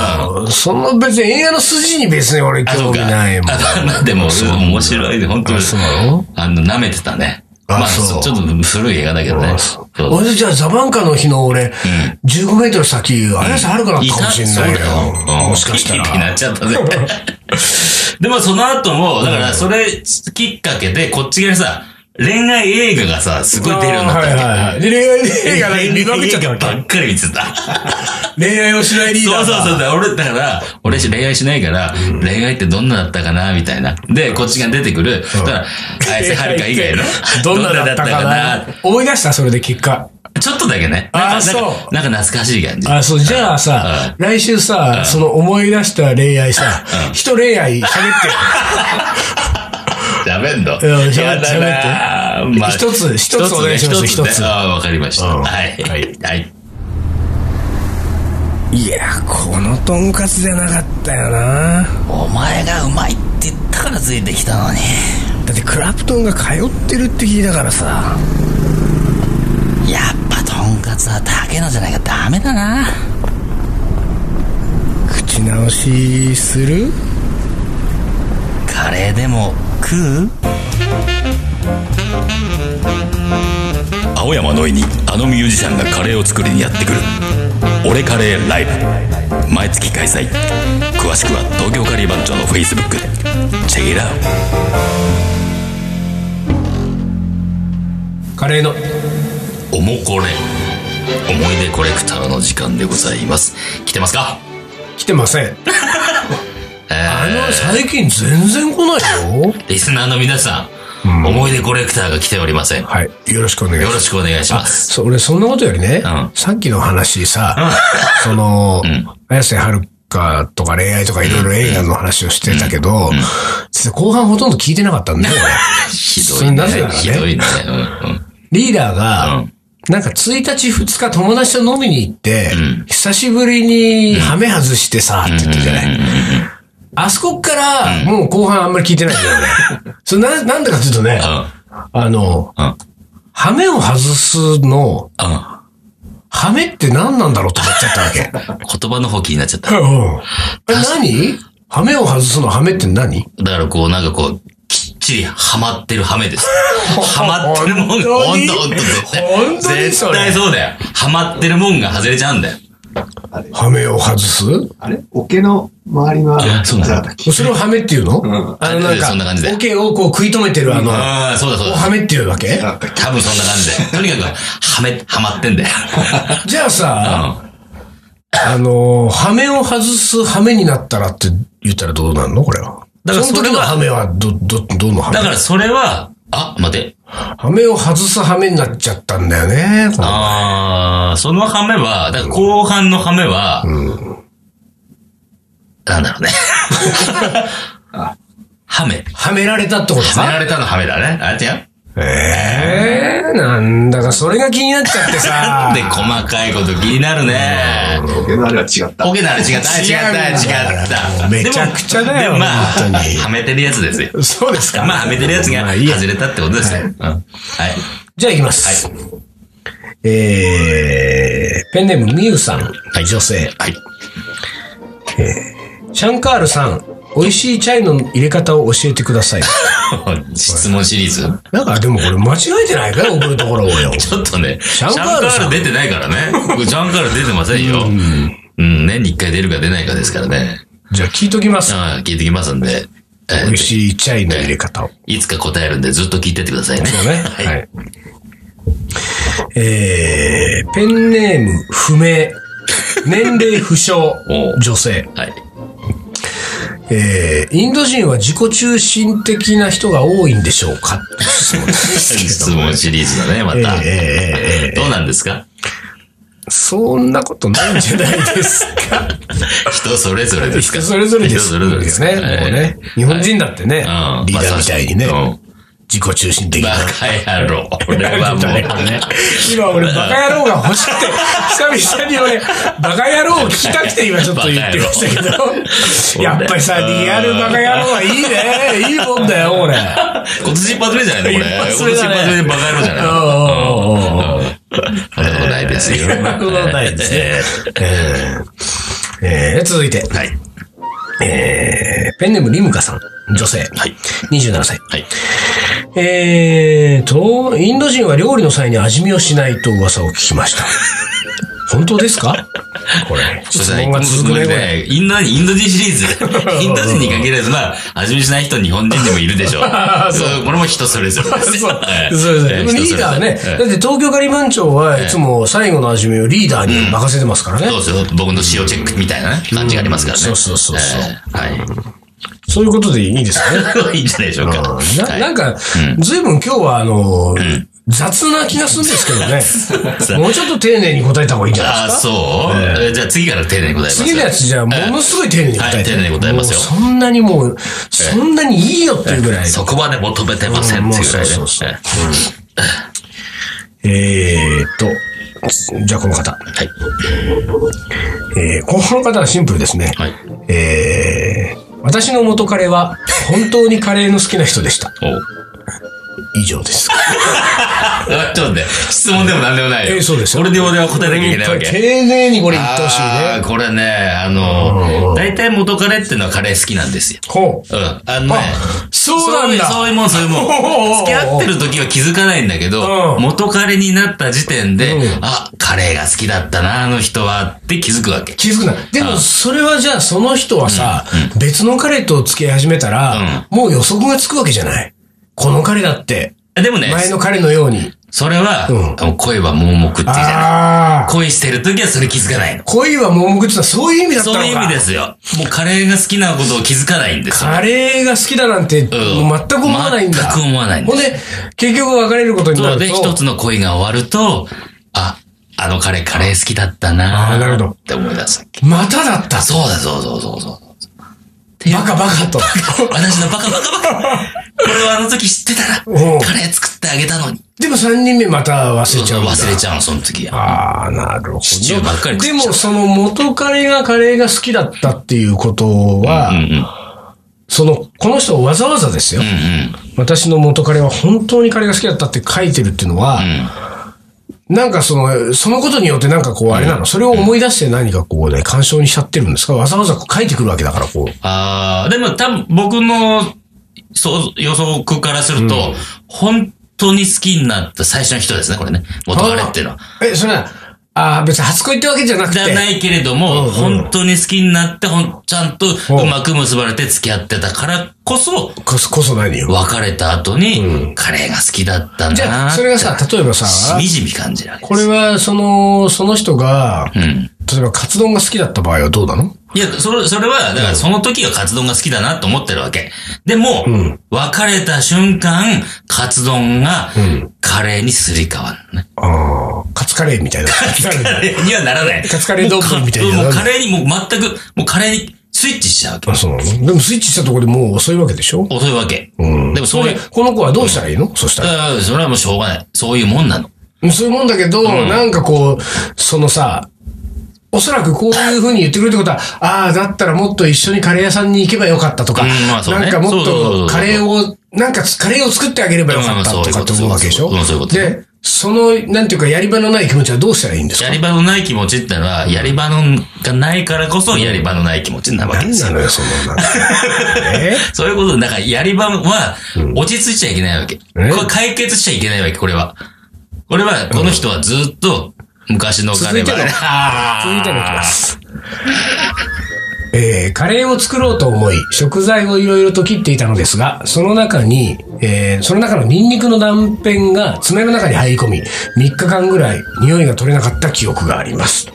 [SPEAKER 1] その別に映画の筋に別に俺
[SPEAKER 2] あ、そ
[SPEAKER 1] 興
[SPEAKER 2] う
[SPEAKER 1] 味
[SPEAKER 2] か。
[SPEAKER 1] ないもん。
[SPEAKER 2] あまあでも、面白いね、本当に
[SPEAKER 1] あそうなの。
[SPEAKER 2] あの、舐めてたね。
[SPEAKER 1] あ
[SPEAKER 2] まあ、
[SPEAKER 1] そう
[SPEAKER 2] ちょっと古い映画だけどね。そうそう
[SPEAKER 1] 俺じゃあザバンカの日の俺、15メートル先、綾瀬はるかだったかもしれない
[SPEAKER 2] いたそうだよ
[SPEAKER 1] よ。もしかした
[SPEAKER 2] ピリピリ
[SPEAKER 1] ら。
[SPEAKER 2] なっち
[SPEAKER 1] [laughs]
[SPEAKER 2] ゃったね。でも、その後も、だから、それきっかけで、こっち側にさ、恋愛映画がさ、すごい出るようになっ
[SPEAKER 1] は
[SPEAKER 2] た
[SPEAKER 1] い
[SPEAKER 2] わけ
[SPEAKER 1] はいはい。で、恋愛映画
[SPEAKER 2] [laughs]
[SPEAKER 1] だけ見まくっちゃったわ
[SPEAKER 2] ば
[SPEAKER 1] け
[SPEAKER 2] っかり見てた。
[SPEAKER 1] 恋愛をしないリー
[SPEAKER 2] そ
[SPEAKER 1] ダ
[SPEAKER 2] う
[SPEAKER 1] ー
[SPEAKER 2] そう
[SPEAKER 1] が。、
[SPEAKER 2] そう。だ俺、だから、俺恋愛しないから、恋愛ってどんなだったかな、みたいな。で、こっちが出てくる。だから、綾瀬はるか以外の
[SPEAKER 1] どんなだったかな。思い出したそれで結果。
[SPEAKER 2] ちょっとだけね。
[SPEAKER 1] あー
[SPEAKER 2] なんか
[SPEAKER 1] そう
[SPEAKER 2] なんかなんか懐かしい感じ。
[SPEAKER 1] あ、そう、じゃあさ、来週さ、その思い出した恋愛さ、人恋愛喋ってよ。
[SPEAKER 2] 喋んの
[SPEAKER 1] うん喋
[SPEAKER 2] やだなーまあ
[SPEAKER 1] 一つ一つお願いします
[SPEAKER 2] ね
[SPEAKER 1] 一つ
[SPEAKER 2] ねああ、わかりました。
[SPEAKER 1] うん
[SPEAKER 2] はい。はい。はい。
[SPEAKER 1] [laughs] いや、このトンカツじゃなかったよな。
[SPEAKER 2] お前がうまいって言ったからついてきたのに。
[SPEAKER 1] だってクラプトンが通ってるって聞いたからさ。
[SPEAKER 2] やっぱとんかつは竹野じゃないかダメだな。
[SPEAKER 1] 口直しする
[SPEAKER 2] カレーでも食う
[SPEAKER 3] 青山のいにあのミュージシャンがカレーを作りにやってくる「俺カレーライブ」毎月開催詳しくは東京カリー番長のフェイスブックでチェイラー
[SPEAKER 1] カレーの。
[SPEAKER 2] おもこれ。思い出コレクターの時間でございます。来てますか
[SPEAKER 1] 来てませ [laughs] ん。
[SPEAKER 2] えー
[SPEAKER 1] あの、最近全然来ないよ。
[SPEAKER 2] リスナーの皆さん、思い出コレクターが来ておりません。よ
[SPEAKER 1] はい。よろしくお願いしま
[SPEAKER 2] ろ
[SPEAKER 1] す。
[SPEAKER 2] しくお願いします。
[SPEAKER 1] そ俺、そんなことよりね、
[SPEAKER 2] うん
[SPEAKER 1] さっきの話さ、 [laughs] その、綾瀬はるかとか恋愛とかいろいろ映画の話をしてたけど、実は後半ほとんど聞いてなかったんだよ。
[SPEAKER 2] ひどいね
[SPEAKER 1] なぜなら。ね
[SPEAKER 2] ひどいね。うんうん
[SPEAKER 1] リーダーが、
[SPEAKER 2] うん
[SPEAKER 1] なんか1日2日友達と飲みに行って、
[SPEAKER 2] うん
[SPEAKER 1] 久しぶりにハメ外してさ、って言ってたじゃない。あそこから、もう後半あんまり聞いてないんだよね。
[SPEAKER 2] [laughs]
[SPEAKER 1] それな、なんでかっていうとね、あの、
[SPEAKER 2] うん。うん。
[SPEAKER 1] ハメを外すの、
[SPEAKER 2] うん。
[SPEAKER 1] ハメって何なんだろうと思っちゃったわけ。
[SPEAKER 2] 言葉の方気になっちゃった。
[SPEAKER 1] うん。え、何ハメを外すのハメって何
[SPEAKER 2] だからこう、なんかこう、きっちりハマってるハ
[SPEAKER 1] [laughs]
[SPEAKER 2] メです。ハマってるもん
[SPEAKER 1] 本
[SPEAKER 2] が、
[SPEAKER 1] 当
[SPEAKER 2] ほん
[SPEAKER 1] に
[SPEAKER 2] とほんと絶対。
[SPEAKER 1] 本当にそ
[SPEAKER 2] 絶
[SPEAKER 1] れ
[SPEAKER 2] 対そうだよ。ハマってるもんが外れちゃうんだよ。
[SPEAKER 1] ハメを外す
[SPEAKER 4] あれ桶の周りは、
[SPEAKER 2] あそうなんだ
[SPEAKER 4] じゃあっけ
[SPEAKER 1] それをハメっていうの、
[SPEAKER 4] ん
[SPEAKER 1] あのなんか
[SPEAKER 2] そんな感じだ、よ
[SPEAKER 1] オケをこう食い止めてるあの、ハ
[SPEAKER 2] ああ、そうだそうだ。
[SPEAKER 1] メっていうわけ
[SPEAKER 4] だったっけ
[SPEAKER 2] 多分そんな感じだよ。とにかく、はめ、はまってんだ
[SPEAKER 1] [laughs]
[SPEAKER 2] よ。
[SPEAKER 1] じゃあさ、あのー、ハメを外すハメになったらって言ったらどうなるのこれは。
[SPEAKER 2] だから
[SPEAKER 1] その時
[SPEAKER 2] それ
[SPEAKER 1] の
[SPEAKER 2] は
[SPEAKER 1] ハメはど、ど、どのハメ
[SPEAKER 2] だからそれは、あ、待て。
[SPEAKER 1] ハメを外すハメになっちゃったんだよね。この
[SPEAKER 2] ああ、そのハメは、だから後半のハメは、なんだろう
[SPEAKER 1] [laughs]
[SPEAKER 2] ね。ハメ。
[SPEAKER 1] ハメられたってこと
[SPEAKER 2] はめら
[SPEAKER 1] か
[SPEAKER 2] れたのハメだね。あれちゃう
[SPEAKER 1] ええー、なんだかそれが気になっちゃって
[SPEAKER 2] [laughs]
[SPEAKER 1] さ。
[SPEAKER 2] で、細かいこと気になるね。
[SPEAKER 4] 桶のあれは違った。
[SPEAKER 2] オケなら違った、違った、違った。
[SPEAKER 1] めちゃくちゃだよ
[SPEAKER 2] でもでもまあ、
[SPEAKER 1] 本当に
[SPEAKER 2] はめてるやつですよ。
[SPEAKER 1] そうですか。
[SPEAKER 2] まあ、はめてるやつが
[SPEAKER 1] まあいいや
[SPEAKER 2] 外れたってことですよ。うんはい。
[SPEAKER 1] じゃあ行きます。えー、ペンネームみゆさん。はい、女性。
[SPEAKER 2] はい。
[SPEAKER 1] シャンカールさん、美味しいチャイの入れ方を教えてください。
[SPEAKER 2] 質問シリーズ
[SPEAKER 1] なんかでもこれ間違えてないか送るところをよ。
[SPEAKER 2] ちょっとね、シ
[SPEAKER 1] シ
[SPEAKER 2] ャ
[SPEAKER 1] ャ
[SPEAKER 2] ン
[SPEAKER 1] ン
[SPEAKER 2] カ
[SPEAKER 1] カ
[SPEAKER 2] ー
[SPEAKER 1] ー
[SPEAKER 2] ル
[SPEAKER 1] ルさん
[SPEAKER 2] 出てないからね。僕シャンカール出てませんよ。うん、年に一回出るか出ないかですからね。
[SPEAKER 1] じゃあ聞いときます。
[SPEAKER 2] ああ聞いてきますんで、えー
[SPEAKER 1] 美味しいチャイの入れ方を。
[SPEAKER 2] いつか答えるんでずっと聞いてってくださいね。
[SPEAKER 1] そうね。
[SPEAKER 2] [laughs] はい
[SPEAKER 1] はい。えー、ペンネーム不明。年齢不詳
[SPEAKER 2] お。う
[SPEAKER 1] 女性。
[SPEAKER 2] はい。
[SPEAKER 1] えー、インド人は自己中心的な人が多いんでしょうかっていう質問ですけ
[SPEAKER 2] 質 [laughs]
[SPEAKER 1] ども
[SPEAKER 2] 問シリーズだね、また。
[SPEAKER 1] えええええ
[SPEAKER 2] どうなんですか
[SPEAKER 1] そんなことないんじゃない
[SPEAKER 2] [laughs]
[SPEAKER 1] ですか。
[SPEAKER 2] 人それぞれですか
[SPEAKER 1] 人それぞれで
[SPEAKER 2] 人
[SPEAKER 1] す
[SPEAKER 2] それぞれです
[SPEAKER 1] ね。も
[SPEAKER 2] か
[SPEAKER 1] う
[SPEAKER 2] はい
[SPEAKER 1] ね。日本人だってね、
[SPEAKER 2] はいうん
[SPEAKER 1] リーダーみたいにね、
[SPEAKER 2] まあそう
[SPEAKER 1] 自己中心的
[SPEAKER 2] バ
[SPEAKER 1] な。
[SPEAKER 2] カ野郎。俺
[SPEAKER 1] [laughs]
[SPEAKER 2] はもうね。
[SPEAKER 1] 今俺バカ野郎が欲しくて、久々に俺、バカ野郎を聞きたくて今ちょっと言ってましたけど、 [laughs] やっぱりさ、リアルバカ野郎はいいね。いいもんだよ、俺。
[SPEAKER 2] 今年一発目じゃないのこれ。
[SPEAKER 1] 一発
[SPEAKER 2] 今年
[SPEAKER 1] 目
[SPEAKER 2] 一
[SPEAKER 1] だね
[SPEAKER 2] 発目でバカ野郎じゃないの
[SPEAKER 1] おうおうおうおう
[SPEAKER 2] そんなことないですよ。
[SPEAKER 1] [laughs] そんなことないですね。えーえー続いて、
[SPEAKER 2] はい。
[SPEAKER 1] えーペンネームリムカさん、女性。
[SPEAKER 2] はい。
[SPEAKER 1] 27歳。
[SPEAKER 2] はい。
[SPEAKER 1] えーと、インド人は料理の際に味見をしないと噂を聞き
[SPEAKER 2] [laughs]
[SPEAKER 1] ました。本当ですかこれ。質問が続くね、これ。
[SPEAKER 2] インド、インド人シリー
[SPEAKER 1] [laughs]
[SPEAKER 2] ズ。インド人に限らず、まあ、味見しない人、日本人でもい
[SPEAKER 1] [laughs]
[SPEAKER 2] るでしょう。そう。これも人それぞれです。
[SPEAKER 1] そう
[SPEAKER 2] はい
[SPEAKER 1] そうそう
[SPEAKER 2] え
[SPEAKER 1] リーダーね。
[SPEAKER 2] 人それぞれえ
[SPEAKER 1] だって東京ガリ番長はいつも最後の味見をリーダーに任せてますからね。
[SPEAKER 2] そうですよ。僕の塩チェックみたいなね感じがありますからね。
[SPEAKER 1] そうそうそうそう
[SPEAKER 2] えーはい。
[SPEAKER 1] そういうことでいいですかね。
[SPEAKER 2] いい [laughs] んじゃないでしょうか。
[SPEAKER 1] ななんか、ずいぶん今日はあの、雑な気がするんですけどね。もうちょっと丁寧に答えた方がいいんじゃない
[SPEAKER 2] ああ、
[SPEAKER 1] ですか
[SPEAKER 2] そう、えーじゃあ次から丁寧に答えます。
[SPEAKER 1] 次のやつじゃあ、ものすごい丁寧に答えて。
[SPEAKER 2] はい丁寧に答えますよ
[SPEAKER 1] もうそんなにもう、そんなにいいよっていうぐらい。
[SPEAKER 2] そこまで求めてませんっていうぐらいね。えー
[SPEAKER 1] えーっと、じゃあこの方。
[SPEAKER 2] はい。
[SPEAKER 1] えー、この方はシンプルですね。
[SPEAKER 2] はい。
[SPEAKER 1] えー、私の元カレは本当にカレーの好きな人でした。
[SPEAKER 2] おう
[SPEAKER 1] 以上です。
[SPEAKER 2] あちょっとね、質問でも何でもないよ。
[SPEAKER 1] えーそうですよ
[SPEAKER 2] 俺で俺は答えなきゃいけないわけ。
[SPEAKER 1] 丁寧にこれ言ってほしい
[SPEAKER 2] あ
[SPEAKER 1] ね。
[SPEAKER 2] ーこれね、あの、大体元カレっていうのはカレー好きなんですよ。
[SPEAKER 1] ほう。
[SPEAKER 2] うん。あのね、
[SPEAKER 1] そうなんだ
[SPEAKER 2] そういうそういうもん、そういうも
[SPEAKER 1] お
[SPEAKER 2] ん。
[SPEAKER 1] ー
[SPEAKER 2] 付き合ってる時は気づかないんだけど、
[SPEAKER 1] うん
[SPEAKER 2] 元カレになった時点で
[SPEAKER 1] う、ん
[SPEAKER 2] あ、カレーが好きだったな、あの人は、って気づくわけ。
[SPEAKER 1] 気づくな。でも、それはじゃあ、その人はさ、別の彼と付き合い始めたら、もう予測がつくわけじゃない。この彼だって、
[SPEAKER 2] でもね、
[SPEAKER 1] 前の彼のように。
[SPEAKER 2] それは、
[SPEAKER 1] う
[SPEAKER 2] 恋は盲目っていうじゃ
[SPEAKER 1] あ
[SPEAKER 2] ない。
[SPEAKER 1] あ。
[SPEAKER 2] 恋してる時はそれ気づかないの。
[SPEAKER 1] 恋は盲目ってのはそういう意味だった
[SPEAKER 2] そ
[SPEAKER 1] のか。
[SPEAKER 2] ういう意味ですよ。もうカレーが好きなことを気づかないんですよ。
[SPEAKER 1] カレーが好きだなんて、もう全く思わないんだ。
[SPEAKER 2] 全く思わないんで
[SPEAKER 1] ほん
[SPEAKER 2] す
[SPEAKER 1] で、結局別れることにな
[SPEAKER 2] そう
[SPEAKER 1] ると。
[SPEAKER 2] で、一つの恋が終わると、あ、あのカレー、カレー好きだったな
[SPEAKER 1] あーなるほど
[SPEAKER 2] って思い出す。
[SPEAKER 1] まただった。
[SPEAKER 2] そうだ、そうそうそうそう。
[SPEAKER 1] バカバカと。
[SPEAKER 2] 私のバカバカバカ。これをあの時知ってたら、
[SPEAKER 1] うん
[SPEAKER 2] カレー作ってあげたのに。
[SPEAKER 1] でも三人目また忘れちゃうんだ。
[SPEAKER 2] 忘れちゃうの、その時は。
[SPEAKER 1] ああ、なるほど。
[SPEAKER 2] シチューばっかり食っ
[SPEAKER 1] で
[SPEAKER 2] ちゃう
[SPEAKER 1] も、その元彼がカレーが好きだったっていうことは、
[SPEAKER 2] うんうん。うん
[SPEAKER 1] その、この人わざわざですよ。
[SPEAKER 2] うん。
[SPEAKER 1] 私の元彼は本当にカレーが好きだったって書いてるっていうのは、なんかその、そのことによってなんかこう、あれなの、それを思い出して何かこうね、干渉にしちゃってるんですかわざわざこう書いてくるわけだから、こう。
[SPEAKER 2] あーでも多分僕のそう予測からすると、本当に好きになった最初の人ですね、これね。元彼っていうのは。
[SPEAKER 1] え、それは、ああ、別に初恋ってわけじゃなく
[SPEAKER 2] じ
[SPEAKER 1] て。
[SPEAKER 2] ゃないけれど
[SPEAKER 1] う
[SPEAKER 2] も、
[SPEAKER 1] ん
[SPEAKER 2] 本当に好きになって、ほんちゃんとうまく結ばれて付き合ってたからこそ、
[SPEAKER 1] こそ、こそ何よ。
[SPEAKER 2] 別れた後に、カレーが好きだったん
[SPEAKER 1] じ
[SPEAKER 2] だ
[SPEAKER 1] ゃ
[SPEAKER 2] な
[SPEAKER 1] あ、それがさ、例えばさ、
[SPEAKER 2] しみじみ感じるわけで
[SPEAKER 1] こ
[SPEAKER 2] す。
[SPEAKER 1] れは、その、その人が、
[SPEAKER 2] うん。
[SPEAKER 1] 例えばカツ丼が好きだった場合はどうなの
[SPEAKER 2] いや、それ、それは、だからその時はカツ丼が好きだなと思ってるわけ。でも、別れた瞬間、カツ丼が、カレーにすり替わるのね。
[SPEAKER 1] ああ、カツカレーみたいな。カ
[SPEAKER 2] カレーにはな [laughs] らない。
[SPEAKER 1] カツカレー丼みたいな
[SPEAKER 2] もうカレーにもう全く、もうカレーにスイッチしちゃうわけ。
[SPEAKER 1] あそうなのでもスイッチしたところでもう遅いわけでしょ
[SPEAKER 2] 遅いわけ。
[SPEAKER 1] うん。
[SPEAKER 2] でもそ
[SPEAKER 1] それ
[SPEAKER 2] れ、、
[SPEAKER 1] この子はどうしたらいいの、そしたら。
[SPEAKER 2] うんそれはもうしょうがない。そういうもんなの。
[SPEAKER 1] そういうもんだけど、なんかこう、そのさ、おそらくこういうふうに言ってくるってことは、ああ、だったらもっと一緒にカレー屋さんに行けばよかったとか、
[SPEAKER 2] うんまあそう
[SPEAKER 1] な
[SPEAKER 2] ね
[SPEAKER 1] んかもっ
[SPEAKER 2] そうそうそうそ
[SPEAKER 1] と
[SPEAKER 2] う
[SPEAKER 1] カレーを、なんかつカレーを作ってあげればよかったとかって思うわけでしょ
[SPEAKER 2] うんそういうことそういう
[SPEAKER 1] で、その、なんていうか、やり場のない気持ちはどうしたらいいんですか
[SPEAKER 2] やり場のない気持ちってのは、やり場のがないからこそ、やり場のない気持ちなわけで
[SPEAKER 1] 何
[SPEAKER 2] す
[SPEAKER 1] な
[SPEAKER 2] よ。
[SPEAKER 1] のよ、そ
[SPEAKER 2] [laughs]
[SPEAKER 1] の、なんかえ
[SPEAKER 2] そういうことで、だから、やり場は、落ち着いちゃいけないわけ。これ解決しちゃいけないわけ、これは。これは、この人はずっと、昔の彼は
[SPEAKER 1] 続いての続いてのいきます。 [laughs] えーカレーを作ろうと思い、食材をいろいろと切っていたのですが、その中に、えーその中のニンニクの断片が爪の中に入り込み、3日間ぐらい匂いが取れなかった記憶があります。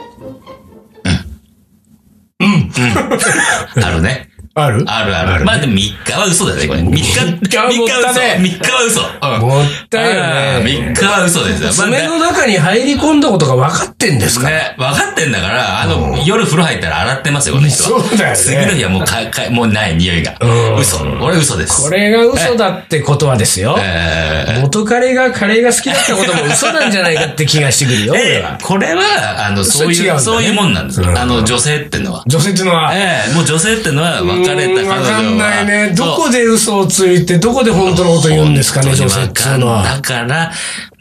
[SPEAKER 2] あるね。
[SPEAKER 1] ある
[SPEAKER 2] あるある。まあでも3日は嘘だよね、これ。3日、3
[SPEAKER 1] 日は
[SPEAKER 2] は
[SPEAKER 1] もっ
[SPEAKER 2] 嘘。
[SPEAKER 1] たね
[SPEAKER 2] 3日は嘘。うん
[SPEAKER 1] もったい
[SPEAKER 2] あ
[SPEAKER 1] よ
[SPEAKER 2] ー
[SPEAKER 1] ね。
[SPEAKER 2] 3日は嘘ですよ。まあ
[SPEAKER 1] 爪の中に入り込んだことが分かってんですか
[SPEAKER 2] ね、分かってんだから、あの、夜風呂入ったら洗ってますよ、この人は。
[SPEAKER 1] そうだよね
[SPEAKER 2] 次の日はもうか、か、もうない匂いが。
[SPEAKER 1] うん
[SPEAKER 2] 嘘。俺嘘です。
[SPEAKER 1] これが嘘だってことはですよ。
[SPEAKER 2] え
[SPEAKER 1] 元カレがカレーが好きだったことも嘘なんじゃないかって気がしてくるよ、
[SPEAKER 2] ー、
[SPEAKER 1] 俺
[SPEAKER 2] [laughs] え
[SPEAKER 1] は。
[SPEAKER 2] これは、あの、
[SPEAKER 1] それ
[SPEAKER 2] そう
[SPEAKER 1] 違うん
[SPEAKER 2] いう、
[SPEAKER 1] だね
[SPEAKER 2] そういうもんなんです。
[SPEAKER 1] うん
[SPEAKER 2] あの、女性ってのは。
[SPEAKER 1] 女性っていうのは、
[SPEAKER 2] ええもう女性ってのは別れた彼女は。
[SPEAKER 1] わかんないね。ど
[SPEAKER 2] そう
[SPEAKER 1] こで嘘をついて、どこで本当のこと言うんですかね、女性っ
[SPEAKER 2] 本
[SPEAKER 1] て
[SPEAKER 2] 当
[SPEAKER 1] いう
[SPEAKER 2] に
[SPEAKER 1] の
[SPEAKER 2] わ
[SPEAKER 1] は。
[SPEAKER 2] かんだから、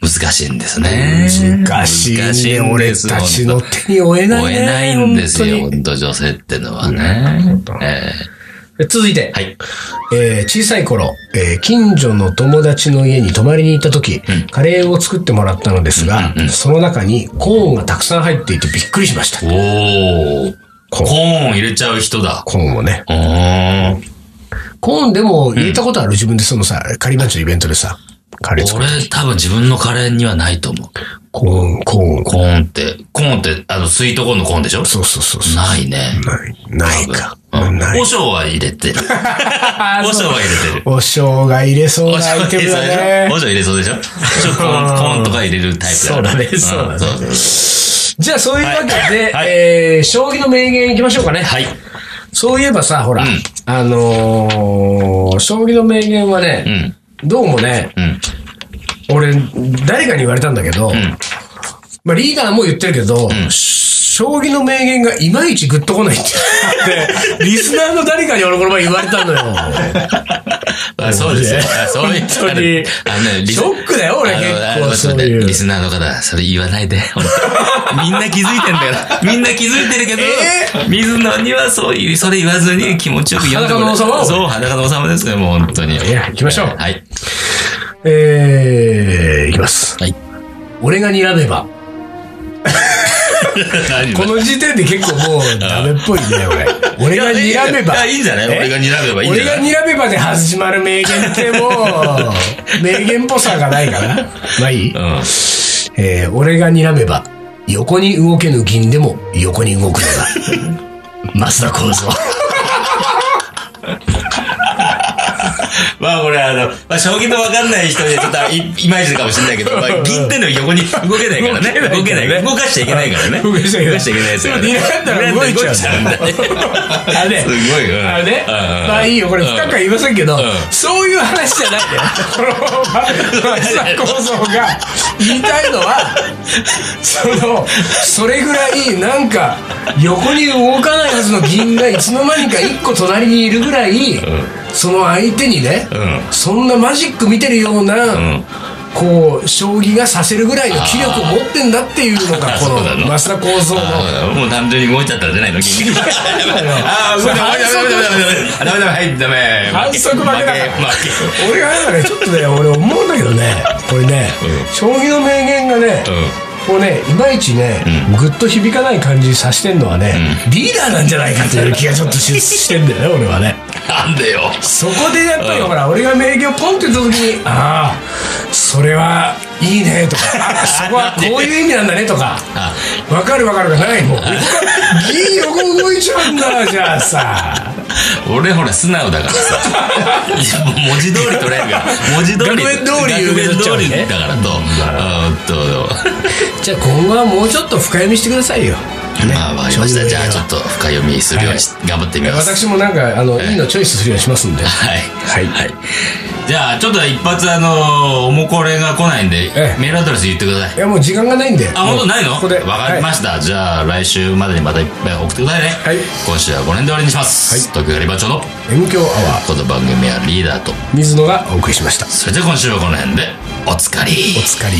[SPEAKER 2] 難しいんですね。
[SPEAKER 1] 難しい
[SPEAKER 2] 難しいん
[SPEAKER 1] ね。
[SPEAKER 2] です
[SPEAKER 1] 俺たちの手に負えない
[SPEAKER 2] 追
[SPEAKER 1] ね。
[SPEAKER 2] えないんですよ、
[SPEAKER 1] 本
[SPEAKER 2] 本当女性ってのはね。え
[SPEAKER 1] 当に続いて
[SPEAKER 2] え、はい。
[SPEAKER 1] えー小さい頃、えー近所の友達の家に泊まりに行った時、カレーを作ってもらったのですが、その中にコーンがたくさん入っていてびっくりしました。
[SPEAKER 2] おー。
[SPEAKER 1] コ
[SPEAKER 2] コ
[SPEAKER 1] ーン
[SPEAKER 2] ーン入れちゃう人だ。
[SPEAKER 1] コーンをね。
[SPEAKER 2] うーん。
[SPEAKER 1] コーンでも入れたことある、自分でそのさ、カリバンチのイベントでさ、カレー作る。
[SPEAKER 2] 俺多分自分のカレーにはないと思う。
[SPEAKER 1] コーン、コーン、
[SPEAKER 2] コーンって、コーンって、あの、スイートコーンのコーンでしょ
[SPEAKER 1] そうそうそうそう。
[SPEAKER 2] ないね。
[SPEAKER 1] ない、ないか。
[SPEAKER 2] うん
[SPEAKER 1] ない。
[SPEAKER 2] お醤は入れ
[SPEAKER 1] [laughs]
[SPEAKER 2] てる。
[SPEAKER 1] あ
[SPEAKER 2] お
[SPEAKER 1] そう
[SPEAKER 2] 醤は入れてる。
[SPEAKER 1] お正が入れそう
[SPEAKER 2] お
[SPEAKER 1] な
[SPEAKER 2] 醤
[SPEAKER 1] アイ
[SPEAKER 2] 入
[SPEAKER 1] テ
[SPEAKER 2] れ
[SPEAKER 1] ムだね。
[SPEAKER 2] そうでしょお醤入れそうでしょちょコーンコーンとか入れるタイプだから。
[SPEAKER 1] そうだね
[SPEAKER 2] ん
[SPEAKER 1] そうだねじゃあそういうわけで、
[SPEAKER 2] はい
[SPEAKER 1] えー、将棋の名言いきましょうかね。
[SPEAKER 2] はい。
[SPEAKER 1] そういえばさ、ほら、
[SPEAKER 2] ん
[SPEAKER 1] あのー、将棋の名言は
[SPEAKER 2] う
[SPEAKER 1] ね、
[SPEAKER 2] ん。
[SPEAKER 1] どうもね、
[SPEAKER 2] うん。
[SPEAKER 1] 俺、誰かに言われたんだけど、まあリーダーも言ってるけど、将棋の名言がいまいちグッとこないって言
[SPEAKER 2] [laughs]
[SPEAKER 1] って、リスナーの誰かに俺この前言われたのよ。
[SPEAKER 2] あそうですね。あそういう。
[SPEAKER 1] 本当に
[SPEAKER 2] あの、リス
[SPEAKER 1] ショックだよ俺
[SPEAKER 2] あの
[SPEAKER 1] 結構
[SPEAKER 2] あの
[SPEAKER 1] そういう
[SPEAKER 2] 待ってリスナーの方、それ言わな
[SPEAKER 1] [laughs]
[SPEAKER 2] いで。本当みんな気づいてんだから。みんな気づいてるけど、水野にはそういう、それ言わずに気持ちよく言
[SPEAKER 1] 裸の王様を
[SPEAKER 2] そう、裸の王様ですね、もう本当に。
[SPEAKER 1] いや行きましょう
[SPEAKER 2] はい。
[SPEAKER 1] えー、いきます。
[SPEAKER 2] はい。
[SPEAKER 1] 俺が睨めば。この時点で結構もうダメっぽいね、俺。俺が睨め
[SPEAKER 2] いや
[SPEAKER 1] ば。
[SPEAKER 2] いいんじゃない
[SPEAKER 1] え
[SPEAKER 2] 俺が睨めばいいんじゃない
[SPEAKER 1] 俺が睨めばで始まる名言っても
[SPEAKER 2] [laughs]
[SPEAKER 1] う、名言っぽさがないから。まあいい、
[SPEAKER 2] うん。
[SPEAKER 1] えー俺が睨めば、横に動けぬ銀でも横に動くの
[SPEAKER 2] [laughs]
[SPEAKER 1] だ。増田幸三。
[SPEAKER 2] まあこれあの、まあ、将棋のわかんない人にはちょっといいまいちかもしれないけど、まあ、銀ってのは横に動けないからね。動
[SPEAKER 1] [laughs] 動
[SPEAKER 2] け
[SPEAKER 1] け
[SPEAKER 2] な
[SPEAKER 1] ないい
[SPEAKER 2] 動かしちゃいけないからね。
[SPEAKER 1] [laughs] 動かしちゃいけない
[SPEAKER 2] 動かしちゃいけないやつだからね。
[SPEAKER 1] 睨んだら動いちゃう
[SPEAKER 2] 睨んだら動いちゃうんだね。
[SPEAKER 1] [laughs] あれ
[SPEAKER 2] [laughs] すごいよ。
[SPEAKER 1] あれね、
[SPEAKER 2] うんうんうん
[SPEAKER 1] まあいいよ、これ深くは言いませんけど、
[SPEAKER 2] ん
[SPEAKER 1] そういう話じゃないんだよ。この、松田構造が言いたいのは、その、それぐらい、なんか、横に動かないはずの銀がいつの間にか一個隣にいるぐらい、その相手にね、
[SPEAKER 2] う
[SPEAKER 1] そんなマジック見てるような、
[SPEAKER 2] ん
[SPEAKER 1] こう、将棋がさせるぐらいの気力を持ってんだっていうのが、こ
[SPEAKER 2] そうなの
[SPEAKER 1] の、増田構造の。
[SPEAKER 2] あもう単純に動いちゃったん
[SPEAKER 1] [laughs]
[SPEAKER 2] じゃないの銀が。ああ、そうだ、ダメダメダメダメダメダメダメはい、ダメ。
[SPEAKER 1] 反則負けだから
[SPEAKER 2] 負け。負け
[SPEAKER 1] 俺はねちょっとね俺思うんだけどねこれね、
[SPEAKER 2] うん
[SPEAKER 1] 将棋の名言がね、こうねいまいちね、ぐっと響かない感じさしてんのはね、リーダーなんじゃないかという気がちょっとししてんだ [laughs] よね俺はね
[SPEAKER 2] なんでよ。
[SPEAKER 1] そこでやっぱりほら、俺が名言をポンって言った時にああそれはいいねとかあそこはこういう意味なんだねと [laughs] か
[SPEAKER 2] あ
[SPEAKER 1] わかるわかるがないもう銀横動いちゃうんだじゃあさ
[SPEAKER 2] 俺ほら素直だか
[SPEAKER 1] [laughs]
[SPEAKER 2] らさいやもう文字通り捉えるから文字通り
[SPEAKER 1] 学園通り言う
[SPEAKER 2] 学園
[SPEAKER 1] ことちゃう
[SPEAKER 2] 通
[SPEAKER 1] ね
[SPEAKER 2] りだからと、うん
[SPEAKER 1] [laughs] じゃあ今後はもうちょっと深読みしてくださいよ
[SPEAKER 2] と、まあわかりまし
[SPEAKER 1] 将棋
[SPEAKER 2] た
[SPEAKER 1] の
[SPEAKER 2] じゃあちょっと深読みするようにし、頑張ってみます
[SPEAKER 1] 私もなんかあの、いいのチョイスするようにしますんで
[SPEAKER 2] はい
[SPEAKER 1] はい、
[SPEAKER 2] じゃあちょっと一発あのおもこれが来ないんで、
[SPEAKER 1] ええ
[SPEAKER 2] メールアドレス言ってくださ
[SPEAKER 1] い
[SPEAKER 2] い
[SPEAKER 1] やもう時間がないんで
[SPEAKER 2] あ、本当ないの
[SPEAKER 1] ここで
[SPEAKER 2] わかりま
[SPEAKER 1] し
[SPEAKER 2] した、じゃあ来週までにまたいっぱい送ってくださいね、
[SPEAKER 1] はい
[SPEAKER 2] 今週はこの辺で終わりにします、
[SPEAKER 1] はい
[SPEAKER 2] 東京ガリバ長の
[SPEAKER 1] た、M 強アワ
[SPEAKER 2] この番組はリーダーと
[SPEAKER 1] ー水野がお送りしました
[SPEAKER 2] それでは今週はこの辺でおつかり
[SPEAKER 1] お疲れ